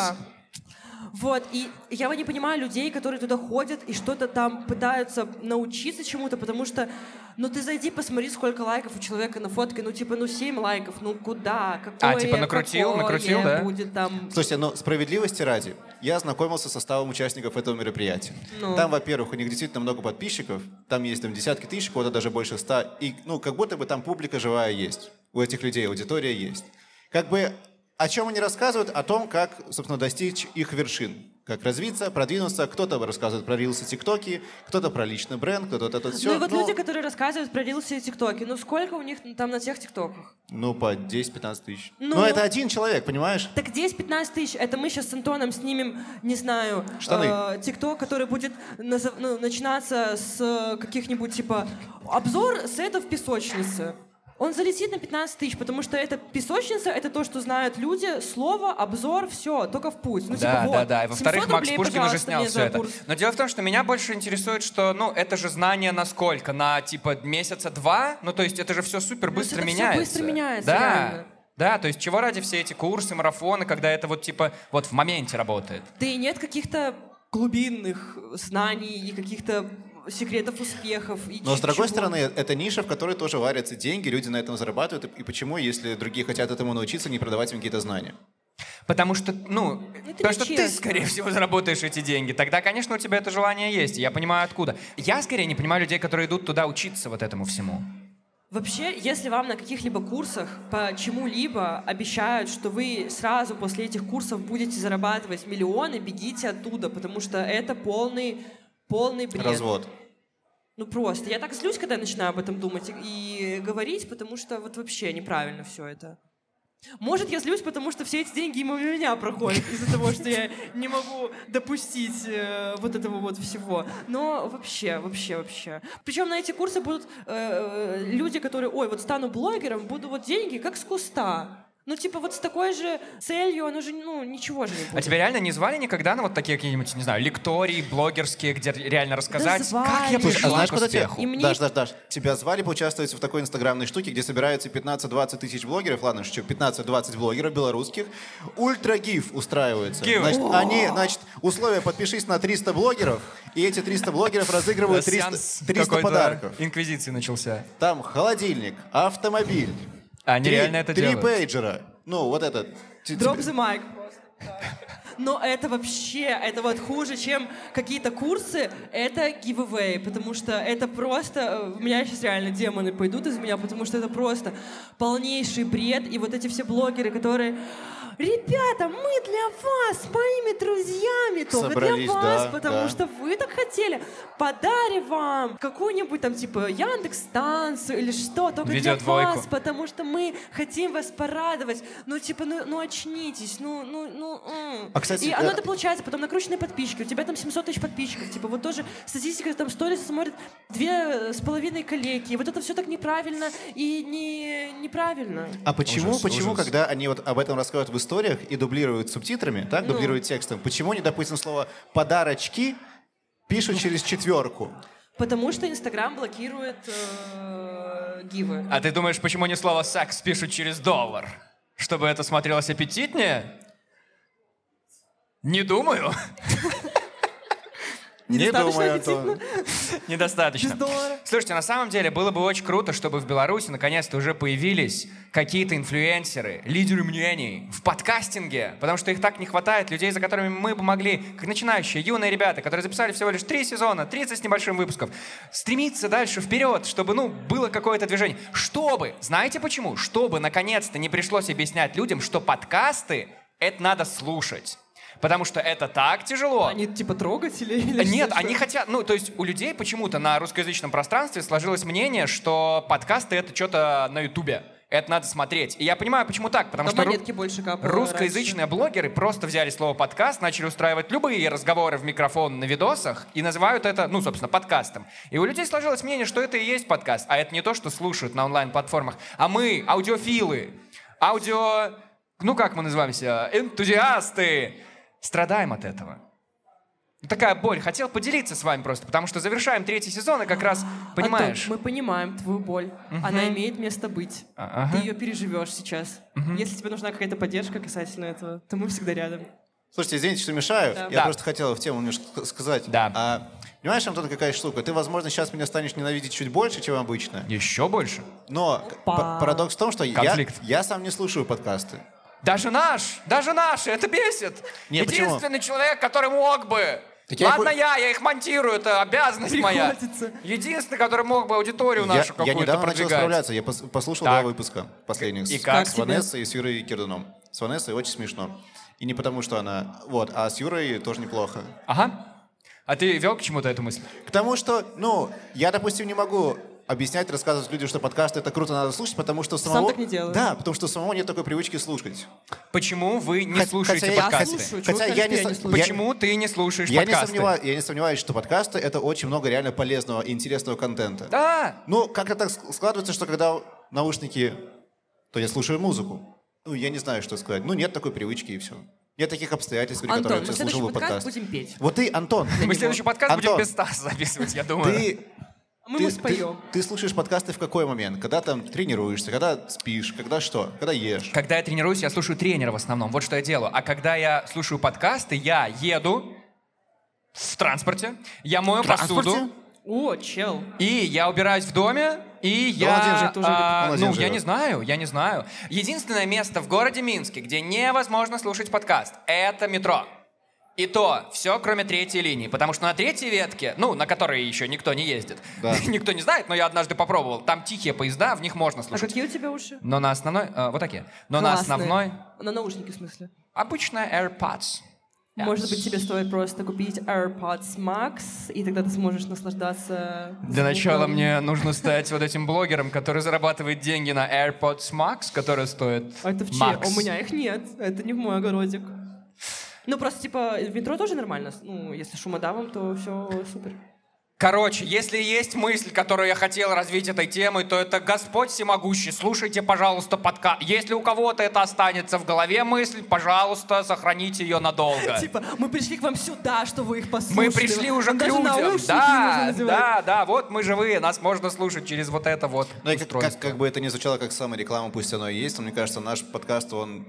[SPEAKER 1] Вот, и я вот не понимаю людей, которые туда ходят и что-то там пытаются научиться чему-то, потому что, ну ты зайди, посмотри, сколько лайков у человека на фотке, ну типа, ну 7 лайков, ну куда, какое,
[SPEAKER 2] типа, накрутил,
[SPEAKER 1] какое
[SPEAKER 2] накрутил, да?
[SPEAKER 1] будет там.
[SPEAKER 3] Слушайте, ну справедливости ради, я ознакомился с составом участников этого мероприятия.
[SPEAKER 1] Ну.
[SPEAKER 3] Там, во-первых, у них действительно много подписчиков, там есть там десятки тысяч, кого-то даже больше ста, и ну как будто бы там публика живая есть, у этих людей аудитория есть. Как бы о чем они рассказывают? О том, как, собственно, достичь их вершин. Как развиться, продвинуться. Кто-то рассказывает про рилсы, тиктоки, кто-то про личный бренд, кто-то это все.
[SPEAKER 1] ну и вот люди, которые рассказывают про рилсы и тиктоки, ну сколько у них там на тех тиктоках?
[SPEAKER 3] ну, по 10-15 тысяч.
[SPEAKER 1] Ну.
[SPEAKER 3] Но это один человек, понимаешь?
[SPEAKER 1] Так 10-15 тысяч, это мы сейчас с Антоном снимем, не знаю,
[SPEAKER 3] Штаны.
[SPEAKER 1] э, тикток, который будет назов- ну, начинаться с э, каких-нибудь типа обзор сетов песочницы. Он залетит на 15 тысяч, потому что это песочница, это то, что знают люди, слово, обзор, все, только в путь. Ну,
[SPEAKER 2] да,
[SPEAKER 1] типа, вот,
[SPEAKER 2] да, да. И во-вторых,
[SPEAKER 1] 700
[SPEAKER 2] Макс
[SPEAKER 1] рублей,
[SPEAKER 2] Пушкин уже
[SPEAKER 1] пожалуйста,
[SPEAKER 2] снял
[SPEAKER 1] мне
[SPEAKER 2] все
[SPEAKER 1] за
[SPEAKER 2] это.
[SPEAKER 1] курс.
[SPEAKER 2] Но дело в том, что меня больше интересует, что, ну, это же знание на сколько? На, типа, месяца два? Ну, то есть это же все супер быстро
[SPEAKER 1] это всё
[SPEAKER 2] меняется.
[SPEAKER 1] быстро меняется,
[SPEAKER 2] Да.
[SPEAKER 1] реально.
[SPEAKER 2] Да, то есть чего ради все эти курсы, марафоны, когда это вот, типа, вот в моменте работает?
[SPEAKER 1] Да и нет каких-то глубинных знаний и каких-то секретов успехов. и
[SPEAKER 3] Но с другой
[SPEAKER 1] чего.
[SPEAKER 3] стороны, это ниша, в которой тоже варятся деньги, люди на этом зарабатывают. И и почему, если другие хотят этому научиться, не продавать им какие-то знания?
[SPEAKER 2] Потому что, ну,
[SPEAKER 1] Это
[SPEAKER 2] потому что ты,
[SPEAKER 1] нечестно.
[SPEAKER 2] скорее всего, заработаешь эти деньги. Тогда, конечно, у тебя это желание есть. и Я понимаю, откуда. Я, скорее, не понимаю людей, которые идут туда учиться вот этому всему.
[SPEAKER 1] Вообще, если вам на каких-либо курсах по чему-либо обещают, что вы сразу после этих курсов будете зарабатывать миллионы, бегите оттуда, потому что это полный, полный бред.
[SPEAKER 3] Развод.
[SPEAKER 1] Ну просто. Я так злюсь, когда я начинаю об этом думать и, и говорить, потому что вот вообще неправильно все это. Может, я злюсь, потому что все эти деньги мимо меня проходят из-за того, что я не могу допустить э, вот этого вот всего. Но вообще, вообще, вообще. Причем на эти курсы будут э, люди, которые, ой, вот стану блогером, буду вот деньги как с куста. Ну, типа, вот с такой же целью, оно же, ну, ничего же не будет.
[SPEAKER 2] А тебя реально не звали никогда на вот такие какие-нибудь, не знаю, лектории блогерские, где реально рассказать, как
[SPEAKER 1] звали.
[SPEAKER 2] я пришла
[SPEAKER 1] Слушай,
[SPEAKER 3] а знаешь,
[SPEAKER 2] к
[SPEAKER 3] куда тебя?
[SPEAKER 2] успеху?
[SPEAKER 1] И мне-
[SPEAKER 3] Даш, Даш, Даш, тебя звали поучаствовать в такой инстаграмной штуке, где собираются 15-20 тысяч блогеров, ладно, что 15-20 блогеров белорусских, ультрагиф устраиваются.
[SPEAKER 2] Гиф.
[SPEAKER 3] Значит, они, значит, условия, подпишись на 300 блогеров, и эти 300 блогеров разыгрывают 300,
[SPEAKER 2] Сеанс
[SPEAKER 3] 300
[SPEAKER 2] какой-то
[SPEAKER 3] подарков.
[SPEAKER 2] Инквизиции начался.
[SPEAKER 3] Там холодильник, автомобиль,
[SPEAKER 2] Они
[SPEAKER 3] три,
[SPEAKER 2] реально это
[SPEAKER 3] три
[SPEAKER 2] делают.
[SPEAKER 3] пейджера, ну, вот этот. Т-
[SPEAKER 1] Дроп
[SPEAKER 3] тебе-
[SPEAKER 1] the mic. Но это вообще, это вот хуже, чем какие-то курсы, это giveaway, потому что это просто, э, у меня сейчас реально демоны пойдут из меня, потому что это просто полнейший бред, и вот эти все блогеры, которые, ребята, мы для вас, с моими друзьями, только
[SPEAKER 3] Собрались,
[SPEAKER 1] для вас,
[SPEAKER 3] да,
[SPEAKER 1] потому
[SPEAKER 3] да.
[SPEAKER 1] что вы так хотели, подарим вам какую-нибудь там типа Яндекс станцию или что, только для
[SPEAKER 2] Видеодвойку.
[SPEAKER 1] вас, потому что мы хотим вас порадовать. Ну, типа, ну, ну очнитесь, ну, ну, ну. м.
[SPEAKER 3] А, кстати,
[SPEAKER 1] и оно
[SPEAKER 3] э,
[SPEAKER 1] это получается, потом накрученные подписчики, у тебя там 700 тысяч подписчиков, типа, вот тоже статистика, там сторис смотрят две э, с половиной коллеги, и вот это все так неправильно и не, неправильно.
[SPEAKER 3] А почему,
[SPEAKER 2] Ужас,
[SPEAKER 3] почему,
[SPEAKER 2] ужас.
[SPEAKER 3] когда они вот об этом рассказывают в историях и дублируют субтитрами, так,
[SPEAKER 1] Ну.
[SPEAKER 3] дублируют текстом, почему они, допустим, слово «подарочки» пишут через четверку?
[SPEAKER 1] Потому что Инстаграм блокирует э, гивы.
[SPEAKER 2] А ты думаешь, почему не слово «секс» пишут через доллар? Чтобы это смотрелось аппетитнее? Не думаю.
[SPEAKER 3] Не
[SPEAKER 1] Недостаточно
[SPEAKER 3] думаю, а Антон.
[SPEAKER 2] Недостаточно.
[SPEAKER 1] Без доллара.
[SPEAKER 2] Слушайте, на самом деле было бы очень круто, чтобы в Беларуси наконец-то уже появились какие-то инфлюенсеры, лидеры мнений в подкастинге, потому что их так не хватает, людей, за которыми мы бы могли, как начинающие, юные ребята, которые записали всего лишь три сезона, 30 с небольшим выпусков, стремиться дальше вперед, чтобы, ну, было какое-то движение. Чтобы, знаете почему? Чтобы, наконец-то, не пришлось объяснять людям, что подкасты — это надо слушать. Потому что это так тяжело.
[SPEAKER 1] Они типа трогатели или
[SPEAKER 2] Нет,
[SPEAKER 1] что?
[SPEAKER 2] они хотят, ну, то есть у людей почему-то на русскоязычном пространстве сложилось мнение, что подкасты это что-то на Ютубе. Это надо смотреть. И я понимаю, почему так, потому
[SPEAKER 1] Там
[SPEAKER 2] что ру-
[SPEAKER 1] монетки больше капают.
[SPEAKER 2] русскоязычные блогеры просто взяли слово подкаст, начали устраивать любые разговоры в микрофон на видосах и называют это, ну, собственно, подкастом. И у людей сложилось мнение, что это и есть подкаст, а это не то, что слушают на онлайн-платформах. А мы, аудиофилы, аудио... Ну, как мы называемся? Энтузиасты! Страдаем от этого. Такая боль. Хотел поделиться с вами просто, потому что завершаем третий сезон, и как раз, понимаешь...
[SPEAKER 1] Антон, а мы понимаем твою боль. Она имеет место быть.
[SPEAKER 2] А- ага.
[SPEAKER 1] Ты ее переживешь сейчас. Если тебе нужна какая-то поддержка касательно этого, то мы всегда рядом.
[SPEAKER 3] Слушайте, извините, что мешаю.
[SPEAKER 1] Да.
[SPEAKER 3] Я
[SPEAKER 2] Да.
[SPEAKER 3] просто хотел в тему немножко ск- сказать.
[SPEAKER 2] Да.
[SPEAKER 3] А, понимаешь, Антон, какая штука? Ты, возможно, сейчас меня станешь ненавидеть чуть больше, чем обычно.
[SPEAKER 2] Еще больше.
[SPEAKER 3] Но к-
[SPEAKER 1] Опа.
[SPEAKER 3] па- парадокс в том, что я,
[SPEAKER 2] Конфликт.
[SPEAKER 3] я сам не слушаю подкасты.
[SPEAKER 2] Даже наш, даже наши, это бесит.
[SPEAKER 3] Не, почему?
[SPEAKER 2] Единственный человек, который мог бы.
[SPEAKER 3] Так я их
[SPEAKER 2] Ладно,
[SPEAKER 3] у-
[SPEAKER 2] я, я их монтирую, это обязанность
[SPEAKER 1] Приходится.
[SPEAKER 2] моя. Единственный, который мог бы аудиторию
[SPEAKER 3] Я,
[SPEAKER 2] нашу
[SPEAKER 3] я
[SPEAKER 2] какую-то
[SPEAKER 3] недавно начал
[SPEAKER 2] продвигать.
[SPEAKER 3] справляться. Я пос- послушал
[SPEAKER 2] Так.
[SPEAKER 3] два выпуска последних.
[SPEAKER 2] И
[SPEAKER 3] с-
[SPEAKER 2] как
[SPEAKER 3] С
[SPEAKER 1] тебе?
[SPEAKER 3] Ванессой и с Юрой Кирдуном. С Ванессой очень смешно. И не потому, что она... Вот, а с Юрой тоже неплохо.
[SPEAKER 2] Ага. А ты вел к чему-то эту мысль?
[SPEAKER 3] К тому, что, ну, я, допустим, не могу объяснять, рассказывать людям, что подкасты это круто, надо слушать, потому что
[SPEAKER 1] Сам
[SPEAKER 3] самого...
[SPEAKER 1] так не делаешь.
[SPEAKER 3] Да, потому что самого нет такой привычки слушать.
[SPEAKER 2] Почему вы не
[SPEAKER 3] Хотя-
[SPEAKER 2] слушаете
[SPEAKER 3] хотя я-
[SPEAKER 2] подкасты?
[SPEAKER 1] Я слушаю. Чего
[SPEAKER 3] Хотя
[SPEAKER 1] ты
[SPEAKER 3] я
[SPEAKER 1] скажешь, что
[SPEAKER 3] не,
[SPEAKER 1] я
[SPEAKER 3] со-
[SPEAKER 1] не слушаю?
[SPEAKER 3] я-
[SPEAKER 2] Почему ты не слушаешь
[SPEAKER 3] Я не,
[SPEAKER 2] подкасты?
[SPEAKER 3] сомневаюсь, я не сомневаюсь, что подкасты это очень много реально полезного и интересного контента.
[SPEAKER 2] Да.
[SPEAKER 3] Ну, как-то так ск- складывается, что когда наушники, то я слушаю музыку. Ну, я не знаю, что сказать. Ну, нет такой привычки и все. Нет таких обстоятельств, при
[SPEAKER 1] Антон,
[SPEAKER 3] которых
[SPEAKER 1] мы
[SPEAKER 3] я
[SPEAKER 1] следующий
[SPEAKER 3] слушал бы
[SPEAKER 1] подкаст
[SPEAKER 3] подкаст.
[SPEAKER 1] будем петь.
[SPEAKER 3] Вот ты, Антон.
[SPEAKER 2] [LAUGHS] Мы следующий подкаст будем
[SPEAKER 3] Антон,
[SPEAKER 2] без Стаса записывать, я думаю.
[SPEAKER 3] Ты,
[SPEAKER 1] А мы
[SPEAKER 3] ты,
[SPEAKER 1] ему споем.
[SPEAKER 3] ты- ты слушаешь подкасты в какой момент? Когда там тренируешься, когда спишь, когда что, когда ешь.
[SPEAKER 2] Когда я тренируюсь, я слушаю тренера в основном. Вот что я делаю. А когда я слушаю подкасты, я еду в транспорте, я мою
[SPEAKER 3] В транспорте?
[SPEAKER 2] посуду,
[SPEAKER 1] О, чел. А
[SPEAKER 2] и я убираюсь в доме, И
[SPEAKER 3] Да
[SPEAKER 2] я...
[SPEAKER 3] он один жив, тоже
[SPEAKER 2] а,
[SPEAKER 3] любит. Он
[SPEAKER 2] ну,
[SPEAKER 3] один
[SPEAKER 2] я
[SPEAKER 3] живет.
[SPEAKER 2] не знаю, я не знаю. Единственное место в городе Минске, где невозможно слушать подкаст, это метро. И то, все, кроме третьей линии. Потому что на третьей ветке, ну, на которой еще никто не ездит,
[SPEAKER 3] Да.
[SPEAKER 2] [LAUGHS] никто не знает, но я однажды попробовал. Там тихие поезда, в них можно
[SPEAKER 1] А
[SPEAKER 2] слушать.
[SPEAKER 1] какие у тебя уши?
[SPEAKER 2] Но на основной... э, вот такие. Но на
[SPEAKER 1] Классные.
[SPEAKER 2] основной...
[SPEAKER 1] На наушники, в смысле.
[SPEAKER 2] Обычно AirPods.
[SPEAKER 1] Может быть, тебе стоит просто купить AirPods Max, и тогда ты сможешь наслаждаться...
[SPEAKER 2] Для
[SPEAKER 1] звуком.
[SPEAKER 2] начала мне нужно стать вот этим блогером, который зарабатывает деньги на AirPods Max, которые стоят
[SPEAKER 1] А это в чьей?
[SPEAKER 2] Max.
[SPEAKER 1] А У меня их нет. Это не в мой огородик. Ну, просто, типа, в метро тоже нормально. Ну, если шумодавом, то все супер.
[SPEAKER 2] Короче, если есть мысль, которую я хотел развить этой темой, то это Господь всемогущий. Слушайте, пожалуйста, подкаст. Если у кого-то это останется в голове мысль, пожалуйста, сохраните ее надолго.
[SPEAKER 1] Типа, мы пришли к вам сюда, что вы их послушали.
[SPEAKER 2] А. Мы пришли уже
[SPEAKER 1] Нам
[SPEAKER 2] к
[SPEAKER 1] даже
[SPEAKER 2] людям.
[SPEAKER 1] наушники не
[SPEAKER 2] Да,
[SPEAKER 1] нужно надевать.
[SPEAKER 2] да, да, вот мы живые, нас можно слушать через вот это вот
[SPEAKER 3] Ну и как, как,
[SPEAKER 2] устройство.
[SPEAKER 3] как бы это ни звучало как самореклама, пусть оно и есть, но мне кажется, наш подкаст, он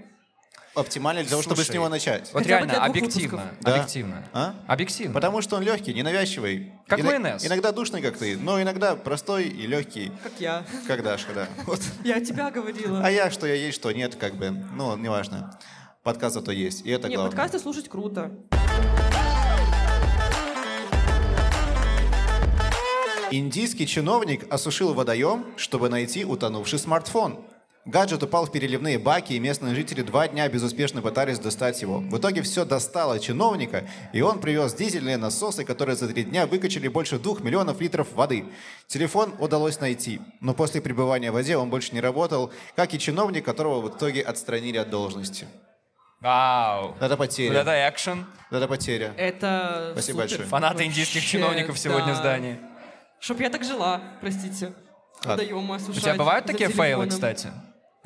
[SPEAKER 3] оптимальный для того, чтобы с
[SPEAKER 2] Слушай,
[SPEAKER 3] него начать.
[SPEAKER 1] Хотя
[SPEAKER 2] Вот
[SPEAKER 1] бы
[SPEAKER 2] реально,
[SPEAKER 1] для двух
[SPEAKER 2] объективно.
[SPEAKER 1] выпусков.
[SPEAKER 3] Да.
[SPEAKER 2] Объективно.
[SPEAKER 3] А?
[SPEAKER 2] Объективно.
[SPEAKER 3] Потому что он легкий, ненавязчивый.
[SPEAKER 2] Как
[SPEAKER 3] Ино-
[SPEAKER 2] майонез.
[SPEAKER 3] Иногда душный, как ты, но иногда простой и легкий.
[SPEAKER 1] Как я.
[SPEAKER 3] Как
[SPEAKER 2] [LAUGHS]
[SPEAKER 3] Дашка, да. Вот.
[SPEAKER 1] Я тебя говорила.
[SPEAKER 3] А я, что я есть, что нет, как бы, ну, неважно. Подкаст зато есть, и это
[SPEAKER 1] Не,
[SPEAKER 3] главное.
[SPEAKER 1] подкасты слушать круто.
[SPEAKER 3] Индийский чиновник осушил водоем, чтобы найти утонувший смартфон. Гаджет упал в переливные баки, и местные жители два дня безуспешно пытались достать его. В итоге все достало чиновника, и он привез дизельные насосы, которые за три дня выкачали больше двух миллионов литров воды. Телефон удалось найти, но после пребывания в воде он больше не работал, как и чиновник, которого в итоге отстранили от должности.
[SPEAKER 2] Вау.
[SPEAKER 3] Это
[SPEAKER 2] Вот
[SPEAKER 3] потеря.
[SPEAKER 2] это экшен.
[SPEAKER 3] Это потеря.
[SPEAKER 1] Это
[SPEAKER 3] Спасибо
[SPEAKER 1] супер.
[SPEAKER 3] большое.
[SPEAKER 2] Фанаты
[SPEAKER 1] Вообще,
[SPEAKER 2] индийских чиновников сегодня
[SPEAKER 1] да.
[SPEAKER 2] в здании.
[SPEAKER 1] Чтоб я так жила, простите.
[SPEAKER 3] Ладно.
[SPEAKER 1] Водоемы
[SPEAKER 2] У
[SPEAKER 1] осушать.
[SPEAKER 2] тебя бывают
[SPEAKER 1] за
[SPEAKER 2] такие фейлы,
[SPEAKER 1] телефоном. [LAUGHS]
[SPEAKER 2] кстати?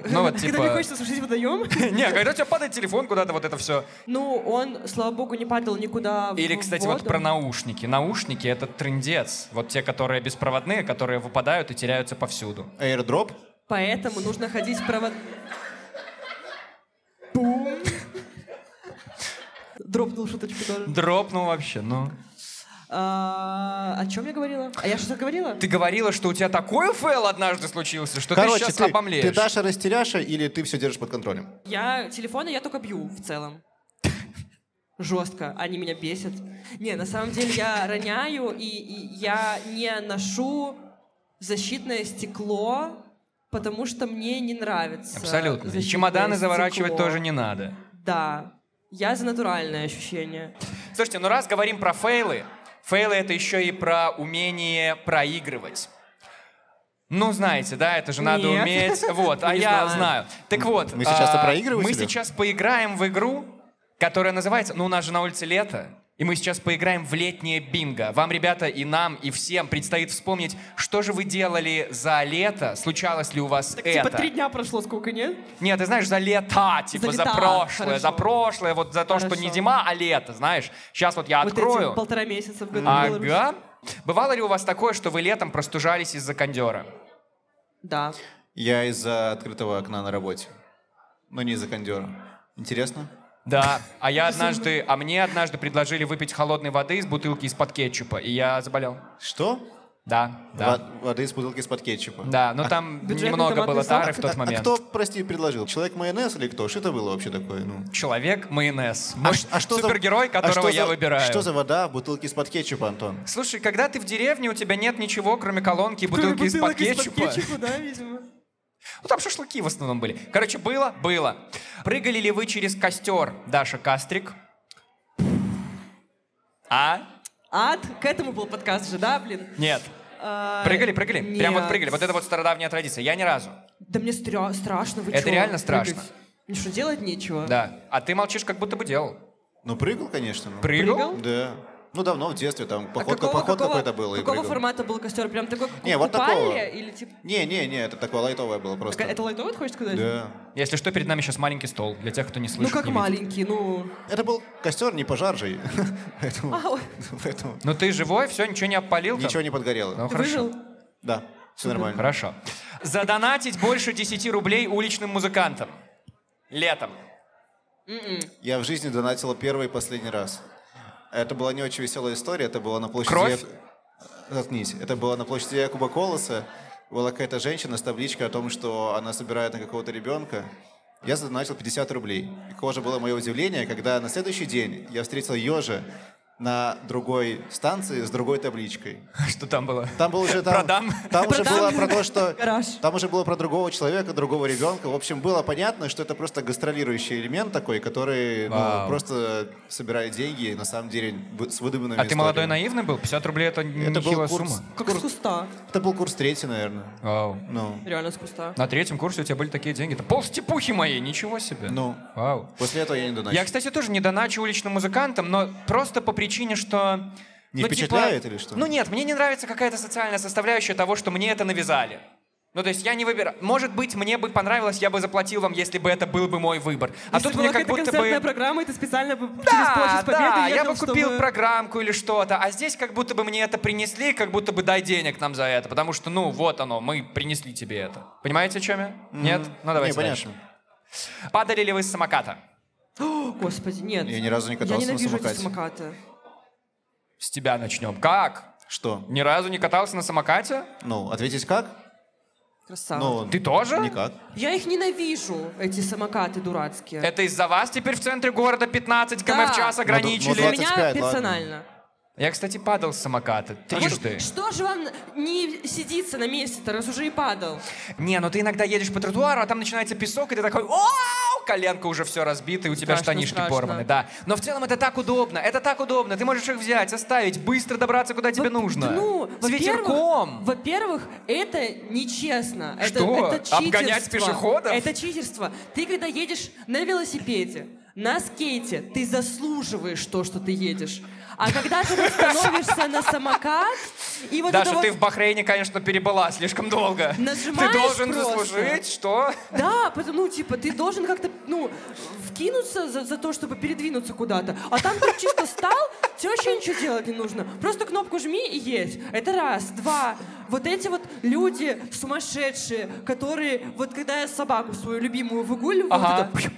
[SPEAKER 2] Ну вот
[SPEAKER 1] Когда не
[SPEAKER 2] типа...
[SPEAKER 1] хочется сушить водоем, [LAUGHS]
[SPEAKER 2] [LAUGHS] Не, когда у тебя падает телефон куда-то, вот это все.
[SPEAKER 1] ну, он, слава богу, не падал никуда в
[SPEAKER 2] Или, кстати, вот
[SPEAKER 1] воду.
[SPEAKER 2] про наушники. Наушники — это трендец. Вот те, которые беспроводные, которые выпадают и теряются повсюду.
[SPEAKER 3] Airdrop?
[SPEAKER 1] Поэтому нужно ходить в провод...
[SPEAKER 2] [LAUGHS]
[SPEAKER 1] Бум! Дропнул шуточку тоже.
[SPEAKER 2] Дропнул вообще, ну.
[SPEAKER 1] А, о чем я говорила? А я что-то говорила?
[SPEAKER 2] Ты говорила, что у тебя такой фейл однажды случился, что ты
[SPEAKER 3] Короче,
[SPEAKER 2] сейчас
[SPEAKER 3] ты,
[SPEAKER 2] обомлеешь.
[SPEAKER 3] ты Даша растеряша или ты все держишь под контролем?
[SPEAKER 1] Я телефоны я только бью в целом. Жестко, они меня бесят. Не, на самом деле я роняю, и, и я не ношу защитное стекло, потому что мне не нравится.
[SPEAKER 2] Абсолютно. И
[SPEAKER 1] защитное
[SPEAKER 2] чемоданы заворачивать
[SPEAKER 1] стекло.
[SPEAKER 2] тоже не надо.
[SPEAKER 1] Да. Я за натуральное ощущение.
[SPEAKER 2] Слушайте, ну раз говорим про фейлы, фейлы это еще и про умение проигрывать. Ну, знаете, да, это же надо
[SPEAKER 1] Нет.
[SPEAKER 2] уметь. Вот, а
[SPEAKER 1] Не
[SPEAKER 2] я
[SPEAKER 1] знаю.
[SPEAKER 2] знаю. Так вот.
[SPEAKER 3] Мы сейчас-то
[SPEAKER 2] а,
[SPEAKER 3] проигрыватели?
[SPEAKER 2] Мы сейчас поиграем в игру, которая называется... Ну, у нас же на улице лето. И мы сейчас поиграем в летнее бинго. Вам, ребята, и нам, и всем предстоит вспомнить, что же вы делали за лето, случалось ли у вас
[SPEAKER 1] Так,
[SPEAKER 2] это.
[SPEAKER 1] типа, три дня прошло, сколько нет?
[SPEAKER 2] Нет, ты знаешь, за лето, типа за,
[SPEAKER 1] лета,
[SPEAKER 2] прошлое, за
[SPEAKER 1] а, хорошо.
[SPEAKER 2] прошлое, вот за то, что не
[SPEAKER 1] Хорошо.
[SPEAKER 2] зима, а лето, знаешь. Сейчас вот я
[SPEAKER 1] Вот
[SPEAKER 2] открою.
[SPEAKER 1] эти полтора месяца в году. Беларуси.
[SPEAKER 2] Ага. Бывало ли у вас такое, что вы летом простужались из-за кондера?
[SPEAKER 1] Да.
[SPEAKER 3] Я из-за открытого окна на работе. Но не из-за кондера. Интересно?
[SPEAKER 2] Да, а я
[SPEAKER 1] [LAUGHS]
[SPEAKER 2] однажды, а мне однажды предложили выпить холодной воды из бутылки из-под кетчупа, и я заболел.
[SPEAKER 3] Что?
[SPEAKER 2] Да, да.
[SPEAKER 3] Во- Воды из бутылки из-под кетчупа.
[SPEAKER 2] Да, но там
[SPEAKER 1] бюджетный
[SPEAKER 2] немного
[SPEAKER 1] томатный
[SPEAKER 2] было
[SPEAKER 1] сок?
[SPEAKER 2] тары в тот
[SPEAKER 3] А-
[SPEAKER 2] момент.
[SPEAKER 3] А кто, прости, предложил? Человек майонез или кто? Что это было вообще такое? Ну.
[SPEAKER 2] Человек майонез.
[SPEAKER 3] А
[SPEAKER 2] Мой
[SPEAKER 3] ш- а что за-
[SPEAKER 2] супергерой,
[SPEAKER 3] а что
[SPEAKER 2] которого я
[SPEAKER 3] за-
[SPEAKER 2] выбираю.
[SPEAKER 3] Что за вода в бутылке из-под кетчупа, Антон?
[SPEAKER 2] Слушай, когда ты в деревне, у тебя нет ничего, кроме колонки и бутылки из-под кетчупа.
[SPEAKER 1] [LAUGHS] да, видимо.
[SPEAKER 2] Ну, там шашлыки в основном были. Короче, было, было. Прыгали ли вы через костер, Даша Кастрик? А?
[SPEAKER 1] Ад, к этому был подкаст же, да, блин?
[SPEAKER 2] Нет.
[SPEAKER 1] А,
[SPEAKER 2] Прыгали, прыгали. Прям вот
[SPEAKER 1] нет.
[SPEAKER 2] прыгали. Вот это вот стародавняя традиция. Я ни разу.
[SPEAKER 1] Да мне стря- страшно, вы
[SPEAKER 2] Это
[SPEAKER 1] чё,
[SPEAKER 2] реально страшно.
[SPEAKER 1] прыгать? Мне что, делать нечего?
[SPEAKER 2] Да. А ты молчишь, как будто бы делал.
[SPEAKER 3] Ну, прыгал, конечно. ну.
[SPEAKER 2] Прыгал?
[SPEAKER 1] Прыгал?
[SPEAKER 3] Да. Ну, давно, в детстве, там,
[SPEAKER 1] А
[SPEAKER 3] походка,
[SPEAKER 1] какого-
[SPEAKER 3] поход
[SPEAKER 1] какого-
[SPEAKER 3] какой-то был. и
[SPEAKER 1] Какого
[SPEAKER 3] прыгал.
[SPEAKER 1] формата был костер? Прям такой, как
[SPEAKER 3] Не,
[SPEAKER 1] у
[SPEAKER 3] вот
[SPEAKER 1] купальня?
[SPEAKER 3] такого.
[SPEAKER 1] Или типа...
[SPEAKER 3] Не, не, не, это такое лайтовое было
[SPEAKER 1] Так,
[SPEAKER 3] просто.
[SPEAKER 1] Это лайтовый, ты хочешь сказать?
[SPEAKER 3] Да.
[SPEAKER 2] Если что, перед нами сейчас маленький стол, для тех, кто не
[SPEAKER 1] Ну
[SPEAKER 2] слышит.
[SPEAKER 1] как
[SPEAKER 2] не видит.
[SPEAKER 1] маленький, ну...
[SPEAKER 3] Это был костер, не пожар же. [LAUGHS] Поэтому-
[SPEAKER 1] Ау.
[SPEAKER 3] Поэтому
[SPEAKER 2] Ну ты живой, все, ничего не обпалил там?
[SPEAKER 3] ничего не
[SPEAKER 2] Ну,
[SPEAKER 3] подгорело.
[SPEAKER 1] Ты
[SPEAKER 2] хорошо.
[SPEAKER 1] выжил?
[SPEAKER 3] Да, все нормально.
[SPEAKER 2] Хорошо. Задонатить больше 10 рублей уличным музыкантам. Летом.
[SPEAKER 1] М-м.
[SPEAKER 3] Я в жизни донатила первый и последний раз. Это была не очень веселая история. Это было на площади...
[SPEAKER 2] Кровь?
[SPEAKER 3] Заткнись. Это было на площади Якуба Колоса. была какая-то женщина с табличкой о том, что она собирает на какого-то ребенка. Я задоначил 50 рублей. И Какое же было мое удивление, когда на следующий день я встретил ежа на другой станции с другой табличкой.
[SPEAKER 2] [LAUGHS] Что там было?
[SPEAKER 3] Там было уже там,
[SPEAKER 2] Продам.
[SPEAKER 3] там уже
[SPEAKER 1] Продам.
[SPEAKER 3] было про то, что
[SPEAKER 1] Гараж.
[SPEAKER 3] там уже было про другого человека, другого ребенка. В общем, было понятно, что это просто гастролирующий элемент такой, который ну,
[SPEAKER 2] Вау.
[SPEAKER 3] просто собирает деньги и на самом деле вы- с выдуманными.
[SPEAKER 2] А ты молодой
[SPEAKER 3] историями.
[SPEAKER 2] наивный был? 50 рублей это,
[SPEAKER 3] Это
[SPEAKER 2] нехилая
[SPEAKER 3] был курс.
[SPEAKER 2] сумма.
[SPEAKER 1] Как с куста.
[SPEAKER 3] Это был курс третий, наверное.
[SPEAKER 2] Вау.
[SPEAKER 3] Ну,
[SPEAKER 1] Реально с куста.
[SPEAKER 2] На третьем курсе у тебя были такие деньги. Это пол степухи моей, ничего себе.
[SPEAKER 3] ну.
[SPEAKER 2] Вау.
[SPEAKER 3] После этого я не доначил.
[SPEAKER 2] Я, кстати, тоже не доначу уличным музыкантам, но просто по причине, что...
[SPEAKER 3] Не
[SPEAKER 2] ну,
[SPEAKER 3] впечатляет
[SPEAKER 2] типа-
[SPEAKER 3] или что?
[SPEAKER 2] Ну нет, мне не нравится какая-то социальная составляющая того, что мне это навязали. Ну, то есть я не выбираю. Может быть, мне бы понравилось, я бы заплатил вам, если бы это был бы мой выбор. А
[SPEAKER 1] Если
[SPEAKER 2] тут
[SPEAKER 1] бы
[SPEAKER 2] мне
[SPEAKER 1] была
[SPEAKER 2] как
[SPEAKER 1] какая-то
[SPEAKER 2] будто
[SPEAKER 1] концертная
[SPEAKER 2] бы...
[SPEAKER 1] программа, и ты специально бы через
[SPEAKER 2] Да,
[SPEAKER 1] площадь Победы
[SPEAKER 2] да, я
[SPEAKER 1] ехал,
[SPEAKER 2] бы купил
[SPEAKER 1] чтобы-
[SPEAKER 2] программку или что-то, а здесь как будто бы мне это принесли, как будто бы дай денег нам за это, потому что, ну, вот оно, мы принесли тебе это. Понимаете, о чем я? Нет? Ну, давайте
[SPEAKER 3] не,
[SPEAKER 2] дальше.
[SPEAKER 3] понятно.
[SPEAKER 2] Падали ли вы с самоката?
[SPEAKER 1] О, Господи, нет.
[SPEAKER 3] Я ни разу не катался
[SPEAKER 1] Я
[SPEAKER 3] на
[SPEAKER 1] ненавижу эти
[SPEAKER 3] самокате.
[SPEAKER 1] самокаты.
[SPEAKER 2] С тебя начнем. Как?
[SPEAKER 3] Что?
[SPEAKER 2] Ни разу не катался на самокате?
[SPEAKER 3] Ну, ответить как?
[SPEAKER 1] Красава.
[SPEAKER 3] Ну,
[SPEAKER 2] Ты тоже?
[SPEAKER 3] Никак.
[SPEAKER 1] Я их ненавижу, эти самокаты дурацкие.
[SPEAKER 2] Это из-за вас теперь в центре города 15 км
[SPEAKER 1] Да.
[SPEAKER 2] в час
[SPEAKER 1] Ну,
[SPEAKER 2] ограничили.
[SPEAKER 1] Для
[SPEAKER 3] 25,
[SPEAKER 1] меня
[SPEAKER 3] ладно.
[SPEAKER 1] персонально.
[SPEAKER 2] Я, кстати, падал с самоката трижды.
[SPEAKER 1] Вот что же вам не сидится на месте-то, раз уже и падал?
[SPEAKER 2] Не, ну ты иногда едешь по тротуару, а там начинается песок, и ты такой, «Оу!» коленка уже все разбита, и у тебя
[SPEAKER 1] Страшно,
[SPEAKER 2] штанишки
[SPEAKER 1] страшно.
[SPEAKER 2] порваны, да. Но в целом это так удобно, это так удобно, ты можешь их взять, оставить, быстро добраться, куда тебе
[SPEAKER 1] Во-
[SPEAKER 2] нужно.
[SPEAKER 1] Ну,
[SPEAKER 2] С
[SPEAKER 1] во-первых,
[SPEAKER 2] ветерком.
[SPEAKER 1] во-первых, это нечестно. Это-
[SPEAKER 2] Что?
[SPEAKER 1] Это, читерство.
[SPEAKER 2] Обгонять пешеходов?
[SPEAKER 1] Это читерство. Ты когда едешь на велосипеде, на скейте, ты заслуживаешь то, что ты едешь. А когда
[SPEAKER 2] [LAUGHS]
[SPEAKER 1] ты становишься на самокат, и вот
[SPEAKER 2] Даша,
[SPEAKER 1] это вот-
[SPEAKER 2] ты в Бахрейне, конечно, перебыла слишком долго.
[SPEAKER 1] Нажимаешь
[SPEAKER 2] ты должен
[SPEAKER 1] просто.
[SPEAKER 2] заслужить, что?
[SPEAKER 1] Да, потому, ну, типа, ты должен как-то, ну, вкинуться за, за то, чтобы передвинуться куда-то. А там ты чисто стал, тебе вообще ничего делать не нужно. Просто кнопку жми и едь. Это раз. Два. Вот эти вот люди сумасшедшие, которые, вот когда я собаку свою любимую выгуливаю,
[SPEAKER 2] Ага.
[SPEAKER 1] вот это,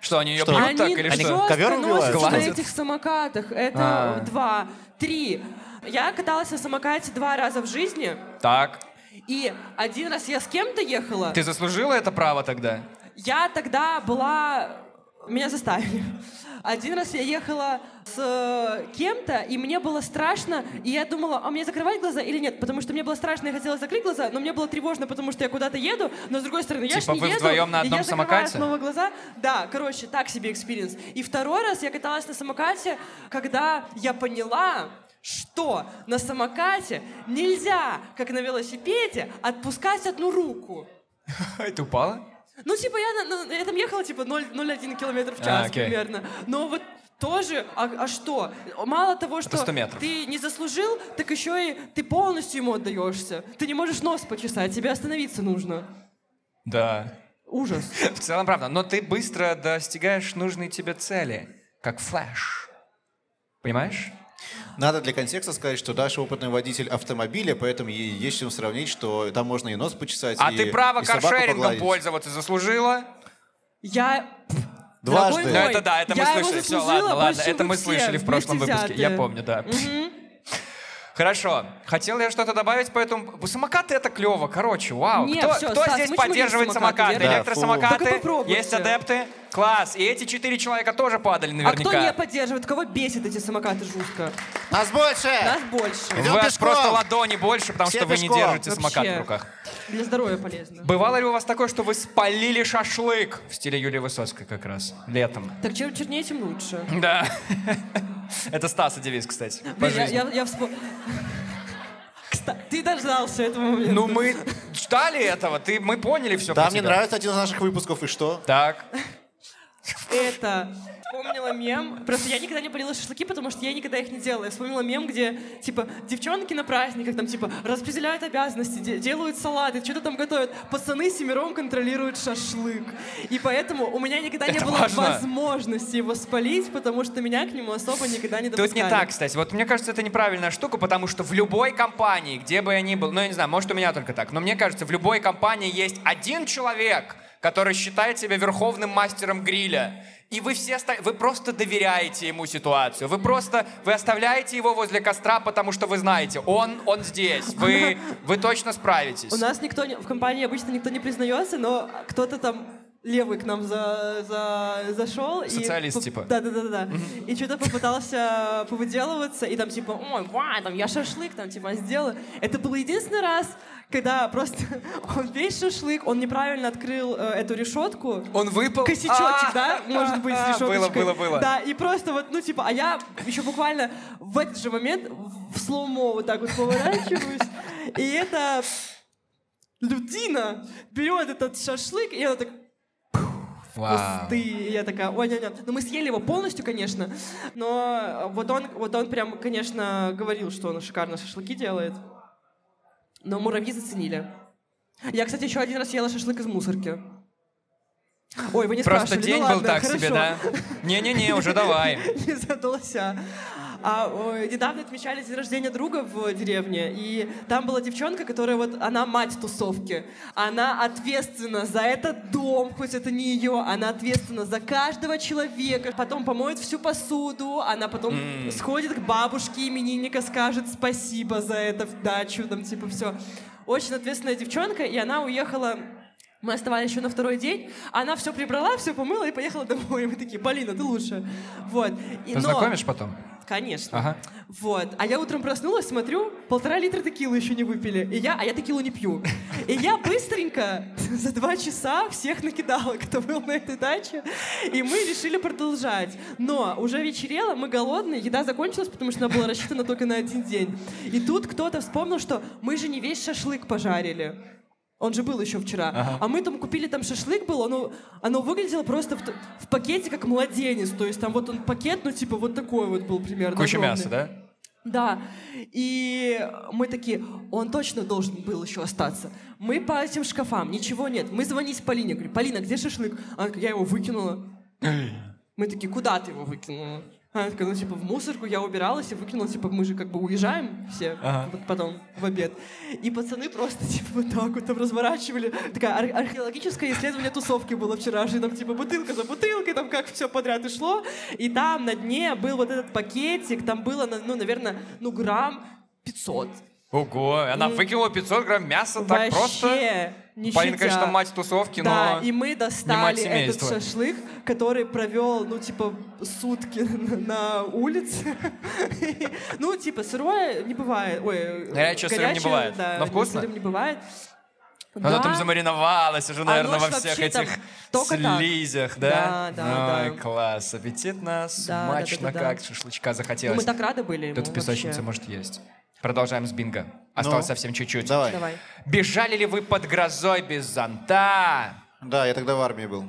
[SPEAKER 2] Что, они ее
[SPEAKER 3] Что?
[SPEAKER 2] пьют
[SPEAKER 1] они
[SPEAKER 2] так или
[SPEAKER 3] Они
[SPEAKER 2] что?
[SPEAKER 1] жестко
[SPEAKER 3] ковер
[SPEAKER 1] носятся
[SPEAKER 3] выбивают?
[SPEAKER 1] на
[SPEAKER 2] Гладят?
[SPEAKER 1] этих самокатах. Это
[SPEAKER 2] А.
[SPEAKER 1] два. Три. Я каталась на самокате два раза в жизни,
[SPEAKER 2] Так.
[SPEAKER 1] и один раз я с кем-то ехала.
[SPEAKER 2] Ты заслужила это право тогда?
[SPEAKER 1] Я тогда была... Меня заставили. Один раз я ехала с э, кем-то, и мне было страшно, и я думала, а мне закрывать глаза или нет, потому что мне было страшно, я хотела закрыть глаза, но мне было тревожно, потому что я куда-то еду, но с другой стороны, я ж
[SPEAKER 2] Типа
[SPEAKER 1] не
[SPEAKER 2] вы
[SPEAKER 1] еду,
[SPEAKER 2] вдвоем на
[SPEAKER 1] и
[SPEAKER 2] одном
[SPEAKER 1] я закрываю
[SPEAKER 2] самокате?
[SPEAKER 1] снова глаза. Да, короче, так себе экспириенс. И второй раз я каталась на самокате, когда я поняла, что на самокате нельзя, как на велосипеде, отпускать одну руку.
[SPEAKER 2] И ты упала?
[SPEAKER 1] Ну, типа, я, на- на- я там ехала, типа, 0 0,1 километр в
[SPEAKER 2] А,
[SPEAKER 1] час
[SPEAKER 2] окей.
[SPEAKER 1] примерно. Но вот тоже, а, а что? Мало того, что
[SPEAKER 2] 100 метров.
[SPEAKER 1] ты не заслужил, так еще и ты полностью ему отдаешься. Ты не можешь нос почесать, тебе остановиться нужно.
[SPEAKER 2] Да.
[SPEAKER 1] Ужас.
[SPEAKER 2] В целом, правда. Но ты быстро достигаешь нужной тебе цели, как флэш. Понимаешь?
[SPEAKER 3] Надо для контекста сказать, что Даша опытный водитель автомобиля, поэтому ей есть с чем сравнить, что там можно и нос почесать,
[SPEAKER 2] А
[SPEAKER 3] и,
[SPEAKER 2] ты право
[SPEAKER 3] и собаку
[SPEAKER 2] каршерингом
[SPEAKER 3] погладить.
[SPEAKER 2] пользоваться заслужила?
[SPEAKER 1] Я... Дорогой
[SPEAKER 3] Дважды.
[SPEAKER 2] Ну,
[SPEAKER 1] мой,
[SPEAKER 2] это да, это
[SPEAKER 1] я
[SPEAKER 2] мы
[SPEAKER 1] его
[SPEAKER 2] слышали. Все,
[SPEAKER 1] заслужила
[SPEAKER 2] ладно, ладно.
[SPEAKER 1] больше
[SPEAKER 2] Это
[SPEAKER 1] вы
[SPEAKER 2] мы
[SPEAKER 1] всех
[SPEAKER 2] слышали в прошлом
[SPEAKER 1] вместе
[SPEAKER 2] выпуске. Я
[SPEAKER 1] взятые.
[SPEAKER 2] помню, да. [LAUGHS] Хорошо. Хотел я что-то добавить, поэтому... Самокаты — это клево, короче, вау.
[SPEAKER 1] Не,
[SPEAKER 2] кто
[SPEAKER 1] всё,
[SPEAKER 2] кто
[SPEAKER 1] Стас,
[SPEAKER 2] здесь
[SPEAKER 1] мы чмырим
[SPEAKER 2] поддерживает
[SPEAKER 1] самокаты,
[SPEAKER 2] самокаты?
[SPEAKER 1] верно?
[SPEAKER 3] Да,
[SPEAKER 2] Электросамокаты?
[SPEAKER 1] фу. Так и попробуйте.
[SPEAKER 2] есть адепты? Класс. И эти четыре человека тоже падали
[SPEAKER 1] А
[SPEAKER 2] наверняка.
[SPEAKER 1] кто не поддерживает? Кого бесит эти самокаты жутко?
[SPEAKER 3] Нас больше!
[SPEAKER 1] Нас больше.
[SPEAKER 3] Идем
[SPEAKER 2] Вы аж
[SPEAKER 3] пешком.
[SPEAKER 2] просто ладони больше, потому
[SPEAKER 3] Все
[SPEAKER 2] что вы не
[SPEAKER 3] пешком.
[SPEAKER 2] держите самокат в
[SPEAKER 1] Вообще.
[SPEAKER 2] руках.
[SPEAKER 1] Для здоровья полезно.
[SPEAKER 2] Бывало ли у вас такое, что вы спалили шашлык в стиле Юлии Высоцкой как раз летом?
[SPEAKER 1] Так чем чернее, тем лучше.
[SPEAKER 2] Да. [LAUGHS] Это Стаса девиз, кстати. по
[SPEAKER 1] Блин, Ну, я,
[SPEAKER 2] жизни.
[SPEAKER 1] я, я вспом- [LAUGHS] Кста- Ты дождался этого момента.
[SPEAKER 2] Ну мы ждали этого, ты, мы поняли все.
[SPEAKER 3] Да, мне нравится один из наших выпусков, и что?
[SPEAKER 2] Так.
[SPEAKER 1] Это... Вспомнила мем. Просто я никогда не парила шашлыки, потому что я никогда их не делала. Я вспомнила мем, где, типа, девчонки на праздниках, там, типа, распределяют обязанности, де- делают салаты, что-то там готовят. Пацаны семером контролируют шашлык. И поэтому у меня никогда не
[SPEAKER 2] Это
[SPEAKER 1] было
[SPEAKER 2] важно.
[SPEAKER 1] возможности его спалить, потому что меня к нему особо никогда не допускали.
[SPEAKER 2] Тут не так, кстати. Вот мне кажется, это неправильная штука, потому что в любой компании, где бы я ни был, ну я не знаю, может у меня только так, но мне кажется, в любой компании есть один человек, который считает себя верховным мастером гриля. И вы все оста- вы просто доверяете ему ситуацию. Вы просто вы оставляете его возле костра, потому что вы знаете, он он здесь.
[SPEAKER 1] [LAUGHS]
[SPEAKER 2] Вы вы точно справитесь.
[SPEAKER 1] У нас никто не- в компании обычно никто не признается, но кто-то там левый к нам за, за- зашел.
[SPEAKER 2] Социалист,
[SPEAKER 1] и, поп-
[SPEAKER 2] типа.
[SPEAKER 1] Да, да, да, да. да. И что-то попытался повыделываться, и там типа, ой, ва, там я шашлык там типа сделаю. Это был единственный раз, когда просто [LAUGHS] он весь шашлык, он неправильно открыл э, эту решетку.
[SPEAKER 2] Он выпал.
[SPEAKER 1] Косячочек,
[SPEAKER 2] А, [LAUGHS]
[SPEAKER 1] да, может быть, с
[SPEAKER 2] а, Было,
[SPEAKER 1] решеточкой.
[SPEAKER 2] было, было.
[SPEAKER 1] Да, и просто вот, ну, типа, а я еще буквально в этот же момент в слоумо вот так вот поворачиваюсь, и это людина берет этот шашлык, и она так
[SPEAKER 2] Вау.
[SPEAKER 1] пусты. И я такая, ой, не, не. Ну, мы съели его полностью, конечно, но вот он, вот он прям, конечно, говорил, что он шикарно шашлыки делает. Но муравьи заценили. Я, кстати, еще один раз ела шашлык из мусорки. Ой, вы не
[SPEAKER 2] Просто
[SPEAKER 1] спрашивали.
[SPEAKER 2] день
[SPEAKER 1] ну,
[SPEAKER 2] был
[SPEAKER 1] ладно,
[SPEAKER 2] так
[SPEAKER 1] хорошо.
[SPEAKER 2] себе, да? Не-не-не, уже давай.
[SPEAKER 1] Не задался. А ой, недавно отмечали день рождения друга в деревне, и там была девчонка, которая вот, она мать тусовки. Она ответственна за этот дом, хоть это не ее, она ответственна за каждого человека. Потом помоет всю посуду, она потом сходит к бабушке именинника, скажет спасибо за это, в дачу, там типа все. Очень ответственная девчонка, и она уехала мы оставались еще на второй день, она все прибрала, все помыла и поехала домой. И мы такие, Полина, ты лучше. Вот. И- [LAUGHS] но-
[SPEAKER 2] Познакомишь потом?
[SPEAKER 1] Конечно.
[SPEAKER 2] Ага.
[SPEAKER 1] Вот. А я утром проснулась, смотрю, полтора литра текилы еще не выпили. И я, а я текилу не пью. И я быстренько [LAUGHS] за два часа всех накидала, кто был на этой даче. И мы решили продолжать. Но уже вечерело, мы голодные, еда закончилась, потому что она была рассчитана только на один день. И тут кто-то вспомнил, что мы же не весь шашлык пожарили. Он же был еще вчера. А мы там купили, там шашлык был, оно, оно выглядело просто в, т- в пакете как младенец. То есть там вот он пакет, ну типа вот такой вот был примерно.
[SPEAKER 2] Куча
[SPEAKER 1] огромный.
[SPEAKER 2] мяса, да?
[SPEAKER 1] Да. И мы такие, он точно должен был еще остаться. Мы по этим шкафам, ничего нет. Мы звонить Полине, говорю, Полина, где шашлык? Она такая, я его выкинула. Мы такие, куда ты его выкинула? Она такая, ну, типа, в мусорку я убиралась и выкинула, типа, мы же как бы уезжаем все
[SPEAKER 2] Ага.
[SPEAKER 1] вот потом в обед. И пацаны просто, [LAUGHS] типа, вот так вот там разворачивали. Такая ар- археологическое исследование тусовки было вчерашнее, там, типа, бутылка за бутылкой, там, как все подряд и шло. И там на дне был вот этот пакетик, там было, на- ну, наверное, ну, грамм 500.
[SPEAKER 2] Ого, она выкинула 500 грамм мяса
[SPEAKER 1] Вообще
[SPEAKER 2] так просто.
[SPEAKER 1] нищетя.
[SPEAKER 2] Полин, конечно, мать тусовки,
[SPEAKER 1] Да,
[SPEAKER 2] но...
[SPEAKER 1] и мы
[SPEAKER 2] мать
[SPEAKER 1] достали этот
[SPEAKER 2] семейства.
[SPEAKER 1] шашлык, который провел, ну, типа, сутки [LAUGHS] на, на улице. [LAUGHS] Ну, типа, сырое не бывает. Ой,
[SPEAKER 2] Горячее сырым не
[SPEAKER 1] горячее,
[SPEAKER 2] бывает.
[SPEAKER 1] да,
[SPEAKER 2] Но вкусно?
[SPEAKER 1] сырым не бывает.
[SPEAKER 2] Она
[SPEAKER 1] Да. ну,
[SPEAKER 2] там замариновалась уже, наверное,
[SPEAKER 1] ж
[SPEAKER 2] во всех
[SPEAKER 1] вообще там
[SPEAKER 2] этих
[SPEAKER 1] только так.
[SPEAKER 2] слизях, да?
[SPEAKER 1] Да, да,
[SPEAKER 2] Ой,
[SPEAKER 1] да.
[SPEAKER 2] класс,
[SPEAKER 1] да,
[SPEAKER 2] аппетитно, смачно
[SPEAKER 1] да, да.
[SPEAKER 2] как, шашлычка
[SPEAKER 1] Ну,
[SPEAKER 2] захотелось.
[SPEAKER 1] Мы так рады были ему
[SPEAKER 2] Тут песочница
[SPEAKER 1] вообще.
[SPEAKER 2] может есть. Продолжаем с бинго. Осталось совсем чуть-чуть.
[SPEAKER 3] Ну. Давай.
[SPEAKER 1] Давай.
[SPEAKER 2] Бежали ли вы под грозой без зонта?
[SPEAKER 3] Да, я тогда в армии был.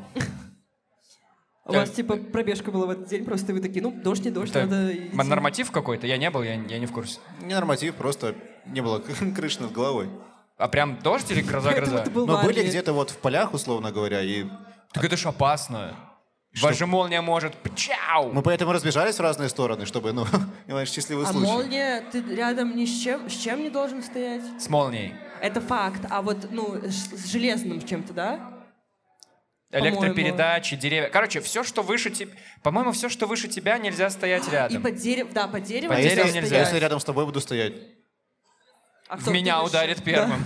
[SPEAKER 1] У вас, типа, пробежка была в этот день, просто вы такие, ну, дождь, не дождь,
[SPEAKER 2] Э, Это
[SPEAKER 1] надо идти.
[SPEAKER 2] норматив какой-то? Я не был, я, я не в курсе.
[SPEAKER 3] Не норматив, просто не было [LAUGHS] крыши над головой.
[SPEAKER 2] А прям дождь
[SPEAKER 1] [LAUGHS]
[SPEAKER 2] или
[SPEAKER 1] Поэтому
[SPEAKER 2] гроза-гроза?
[SPEAKER 1] ты был в
[SPEAKER 3] Но были
[SPEAKER 1] армии.
[SPEAKER 3] где-то вот в полях, условно говоря, и
[SPEAKER 2] Так это ж опасно. Ваша молния может... Чау!
[SPEAKER 3] мы поэтому разбежались в разные стороны, чтобы, ну, [LAUGHS] понимаешь, счастливый
[SPEAKER 1] А
[SPEAKER 3] случай.
[SPEAKER 1] молния, ты рядом ни с чем, с чем не должен стоять?
[SPEAKER 2] С молнией.
[SPEAKER 1] Это факт. А вот, ну, с с железным чем-то, да? По-моему.
[SPEAKER 2] Электропередачи, деревья. Короче, все, что выше тебя... По-моему, все, что выше тебя, нельзя стоять
[SPEAKER 1] А, И
[SPEAKER 2] рядом.
[SPEAKER 1] под деревом, да, под деревом.
[SPEAKER 3] А
[SPEAKER 2] По
[SPEAKER 1] нельзя
[SPEAKER 3] если,
[SPEAKER 2] дереву нельзя.
[SPEAKER 1] стоять.
[SPEAKER 3] если рядом с тобой буду стоять,
[SPEAKER 1] А
[SPEAKER 2] В
[SPEAKER 1] кто
[SPEAKER 2] меня
[SPEAKER 1] ты
[SPEAKER 2] ударит
[SPEAKER 1] будешь?
[SPEAKER 2] первым.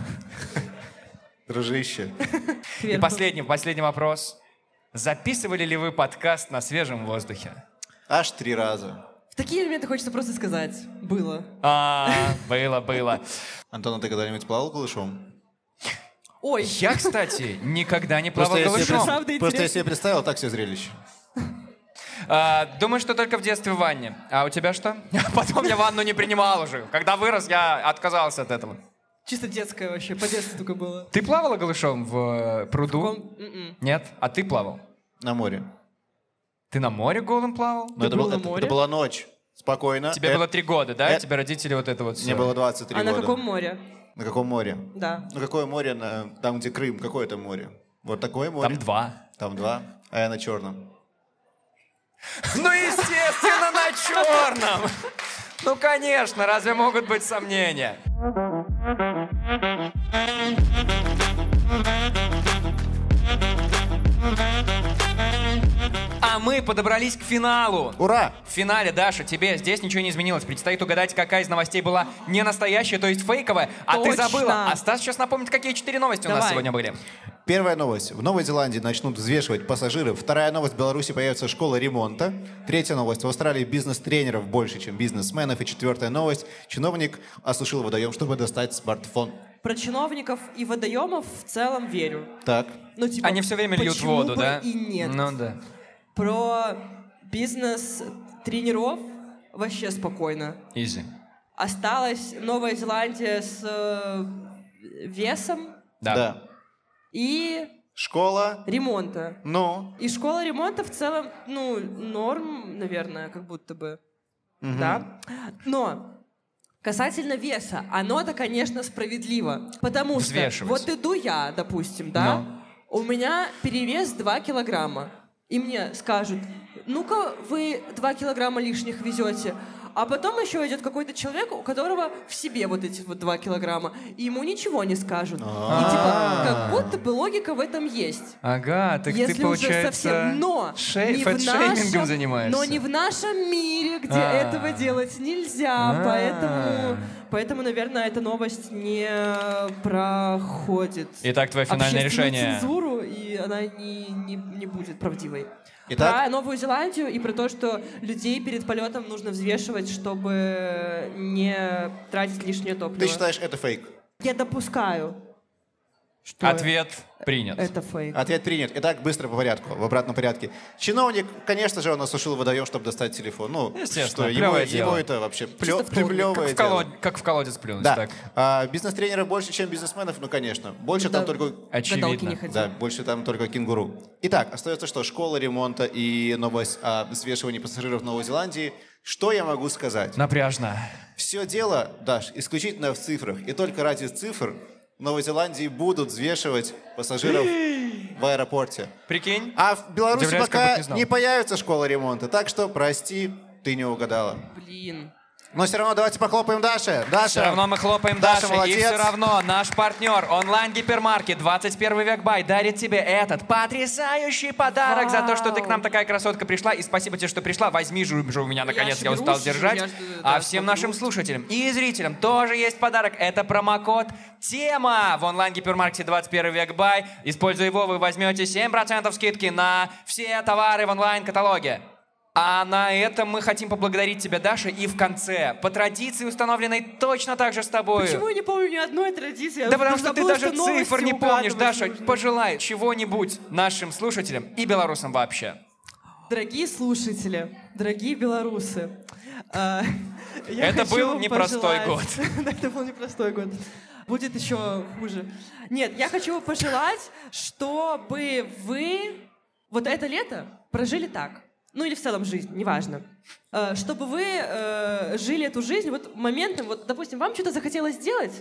[SPEAKER 3] дружище?
[SPEAKER 1] Да,
[SPEAKER 2] И
[SPEAKER 1] сверху.
[SPEAKER 2] последний, последний вопрос. Записывали ли вы подкаст на свежем воздухе?
[SPEAKER 3] Аж три раза.
[SPEAKER 1] В такие моменты хочется просто сказать. Было.
[SPEAKER 2] А, было, было.
[SPEAKER 3] Антон, а ты когда-нибудь плавал голышом?
[SPEAKER 1] Ой,
[SPEAKER 2] Я, кстати, никогда не плавал
[SPEAKER 3] я себе,
[SPEAKER 2] голышом.
[SPEAKER 1] представ- Правда
[SPEAKER 3] пред- просто я
[SPEAKER 1] интересно.
[SPEAKER 3] себе представил так все зрелище.
[SPEAKER 2] А, думаю, что только в детстве в ванне. А у тебя что? [LAUGHS] Потом я ванну не принимал уже. Когда вырос, я отказался от этого.
[SPEAKER 1] чисто детское вообще, по детству только было.
[SPEAKER 2] Ты плавала голышом в э, пруду?
[SPEAKER 1] Он- м-м.
[SPEAKER 2] Нет? А ты плавал?
[SPEAKER 3] На море.
[SPEAKER 2] Ты на море голым плавал?
[SPEAKER 3] Но это,
[SPEAKER 1] был
[SPEAKER 3] был-
[SPEAKER 1] на
[SPEAKER 3] это- это
[SPEAKER 1] море?
[SPEAKER 3] была ночь. Спокойно.
[SPEAKER 2] Тебе
[SPEAKER 3] Э,
[SPEAKER 2] было три года, да?
[SPEAKER 3] э,
[SPEAKER 2] Тебе родители вот это вот все.
[SPEAKER 3] Мне было 23
[SPEAKER 1] А на
[SPEAKER 3] года.
[SPEAKER 1] каком море?
[SPEAKER 3] На каком море?
[SPEAKER 1] Да.
[SPEAKER 3] Ну какое море? на- Там, где Крым, какое там море? Вот такое море.
[SPEAKER 2] Там два.
[SPEAKER 3] Там два. А я на черном.
[SPEAKER 2] [LAUGHS] Ну, естественно, на черном! Ну, конечно, разве могут быть сомнения? А друзья, мы подобрались к финалу.
[SPEAKER 3] Ура!
[SPEAKER 2] В финале, Даша, тебе здесь ничего не изменилось. Предстоит угадать, какая из новостей была не настоящая, то есть фейковая, а ты
[SPEAKER 1] Точно.
[SPEAKER 2] забыла. А Стас сейчас напомнит, какие четыре новости у нас
[SPEAKER 1] Давай.
[SPEAKER 2] сегодня были.
[SPEAKER 3] Первая новость. В Новой Зеландии начнут взвешивать пассажиров. Вторая новость. В Беларуси появится школа ремонта. Третья новость. В Австралии бизнес-тренеров больше, чем бизнесменов. И четвертая новость. Чиновник осушил водоем, чтобы достать смартфон.
[SPEAKER 1] Про чиновников и водоемов в целом верю.
[SPEAKER 3] Так.
[SPEAKER 1] Ну, типа,
[SPEAKER 2] Они все время льют
[SPEAKER 1] почему
[SPEAKER 2] воду,
[SPEAKER 1] бы
[SPEAKER 2] да?
[SPEAKER 1] и нет.
[SPEAKER 2] Ну да.
[SPEAKER 1] Про бизнес тренеров вообще спокойно.
[SPEAKER 2] Изи.
[SPEAKER 1] Осталась Новая Зеландия с э, весом
[SPEAKER 2] Да.
[SPEAKER 1] и
[SPEAKER 3] Школа.
[SPEAKER 1] ремонта.
[SPEAKER 3] Ну.
[SPEAKER 1] И школа ремонта в целом, ну, норм, наверное, как будто бы. Да? Но касательно веса, оно-то, конечно, справедливо. Потому что
[SPEAKER 2] Взвешивать.
[SPEAKER 1] вот иду я, допустим, да, у меня перевес 2 килограмма. И мне скажут, ну-ка вы 2 килограмма лишних везете. А потом еще идет какой-то человек, у которого в себе вот эти вот 2 килограмма. И ему ничего не скажут. И типа, как будто бы логика в этом есть.
[SPEAKER 2] Ага, так
[SPEAKER 1] Если
[SPEAKER 2] ты,
[SPEAKER 1] уже
[SPEAKER 2] получается,
[SPEAKER 1] совсем, но
[SPEAKER 2] шей-
[SPEAKER 1] не в
[SPEAKER 2] фэтшеймингом
[SPEAKER 1] нашем-
[SPEAKER 2] занимаешься.
[SPEAKER 1] но не в нашем мире, где
[SPEAKER 2] А.
[SPEAKER 1] этого делать нельзя,
[SPEAKER 2] А.
[SPEAKER 1] поэтому, поэтому, наверное, эта новость не проходит.
[SPEAKER 2] Итак, твое финальное
[SPEAKER 1] общественную
[SPEAKER 2] решение.
[SPEAKER 1] цензуру, и она не, не, не будет правдивой.
[SPEAKER 3] Итак?
[SPEAKER 1] Про Новую Зеландию и про то, что людей перед полетом нужно взвешивать, чтобы не тратить лишнее топливо.
[SPEAKER 3] Ты считаешь, это фейк?
[SPEAKER 1] Я допускаю, что
[SPEAKER 2] Ответ принят.
[SPEAKER 1] это фейк.
[SPEAKER 3] Ответ принят. Итак, быстро по порядку, в обратном порядке. Чиновник, конечно же, он осушил водоем, чтобы достать телефон. Ну,
[SPEAKER 2] Естественно,
[SPEAKER 3] что, ему,
[SPEAKER 2] плевое дело.
[SPEAKER 3] ему это вообще плё,
[SPEAKER 1] в колодник,
[SPEAKER 3] плевое
[SPEAKER 2] Как в,
[SPEAKER 3] дело.
[SPEAKER 2] колод- как в колодец плюнуть,
[SPEAKER 3] Да.
[SPEAKER 2] так.
[SPEAKER 3] А, бизнес-тренеров больше, чем бизнесменов, ну, конечно. Больше
[SPEAKER 1] Да.
[SPEAKER 3] там только
[SPEAKER 2] Очевидно.
[SPEAKER 1] Гадалки не
[SPEAKER 3] Да,
[SPEAKER 1] хотела.
[SPEAKER 3] больше там только кенгуру. Итак, остается что? Школа ремонта и новость о взвешивании пассажиров в Новой Зеландии. Что я могу сказать?
[SPEAKER 2] Напряжно.
[SPEAKER 3] Все дело, Даш, исключительно в цифрах. И только ради цифр в Новой Зеландии будут взвешивать
[SPEAKER 2] [GASPS]
[SPEAKER 3] пассажиров в аэропорте.
[SPEAKER 2] Прикинь?
[SPEAKER 3] А в Беларуси
[SPEAKER 2] Удивляюсь, как
[SPEAKER 3] пока
[SPEAKER 2] будто не знал.
[SPEAKER 3] не появится школа ремонта. Так что, прости, ты не угадала.
[SPEAKER 1] Блин.
[SPEAKER 3] Но все равно давайте похлопаем Даше. Даша,
[SPEAKER 2] Все равно мы хлопаем
[SPEAKER 3] Даша,
[SPEAKER 2] Даше.
[SPEAKER 3] молодец.
[SPEAKER 2] И все равно наш партнер онлайн-гипермаркет 21 век Бай дарит тебе этот потрясающий подарок за то, что ты к нам такая красотка пришла. И спасибо тебе, что пришла. Возьми же уже у меня, наконец,
[SPEAKER 1] аж
[SPEAKER 2] я устал
[SPEAKER 1] берусь,
[SPEAKER 2] держать.
[SPEAKER 1] я ж, э,
[SPEAKER 2] а
[SPEAKER 1] да,
[SPEAKER 2] всем
[SPEAKER 1] смотрю.
[SPEAKER 2] нашим слушателям и зрителям тоже есть подарок. Это промокод «Тема» в онлайн-гипермаркете 21 век Бай. Используя его, вы возьмете 7% скидки на все товары в онлайн-каталоге. А на этом мы хотим поблагодарить тебя, Даша, и в конце, по традиции, установленной точно так же с тобой.
[SPEAKER 1] Почему я не помню ни одной традиции?
[SPEAKER 2] Да потому что ты
[SPEAKER 1] Забыла,
[SPEAKER 2] даже
[SPEAKER 1] новости
[SPEAKER 2] цифр не помнишь,
[SPEAKER 1] угадывать
[SPEAKER 2] Даша.
[SPEAKER 1] нужно.
[SPEAKER 2] Пожелай чего-нибудь нашим слушателям и белорусам вообще.
[SPEAKER 1] Дорогие слушатели, дорогие белорусы, э, [LAUGHS] я
[SPEAKER 2] Это
[SPEAKER 1] хочу
[SPEAKER 2] был
[SPEAKER 1] вам
[SPEAKER 2] непростой
[SPEAKER 1] пожелать-
[SPEAKER 2] год.
[SPEAKER 1] [LAUGHS] Да, Это был непростой год. Будет еще хуже. Нет, я хочу вам пожелать, чтобы вы вот это лето прожили так. Ну или в целом жизнь, неважно. Э, Чтобы вы э, жили эту жизнь вот моментом, вот, допустим, вам что-то захотелось сделать,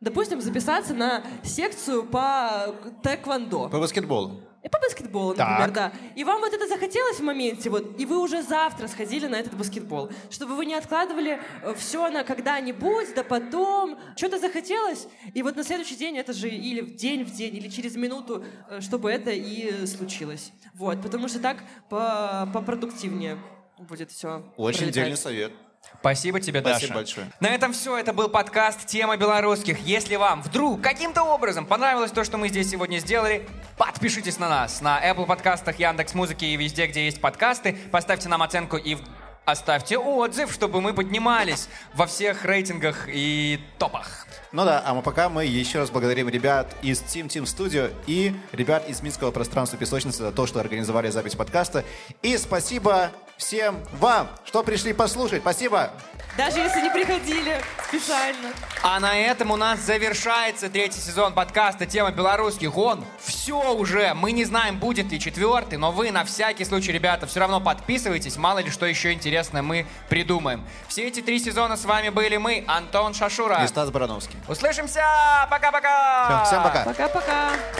[SPEAKER 1] допустим, записаться на секцию по тэквондо.
[SPEAKER 3] по баскетболу.
[SPEAKER 1] И по баскетболу, например, да. И вам вот это захотелось в моменте, вот, и вы уже завтра сходили на этот баскетбол, чтобы вы не откладывали все на когда-нибудь, да потом, что-то захотелось, и вот на следующий день это же или в день в день, или через минуту, э, чтобы это и случилось. Вот, потому что так по- попродуктивнее будет все.
[SPEAKER 3] Очень дельный совет.
[SPEAKER 2] Спасибо тебе, Даша.
[SPEAKER 3] Спасибо большое.
[SPEAKER 2] На этом все. Это был подкаст «Тема белорусских». Если вам вдруг каким-то образом понравилось то, что мы здесь сегодня сделали, подпишитесь на нас на Apple подкастах, Яндекс Музыки и везде, где есть подкасты. Поставьте нам оценку и в- оставьте отзыв, чтобы мы поднимались во всех рейтингах и топах.
[SPEAKER 3] Ну да, а мы пока мы еще раз благодарим ребят из Team Team Studio и ребят из Минского пространства песочницы за то, что организовали запись подкаста. И спасибо всем вам, что пришли послушать. Спасибо.
[SPEAKER 1] Даже если не приходили специально.
[SPEAKER 2] А на этом у нас завершается третий сезон подкаста «Тема белорусских». Он все уже. Мы не знаем, будет ли четвертый, но вы на всякий случай, ребята, все равно подписывайтесь. Мало ли что еще интересное мы придумаем. Все эти три сезона с вами были мы, Антон Шашура.
[SPEAKER 3] И Стас Барановский.
[SPEAKER 2] Услышимся! Пока-пока!
[SPEAKER 3] Всем пока.
[SPEAKER 1] Пока-пока.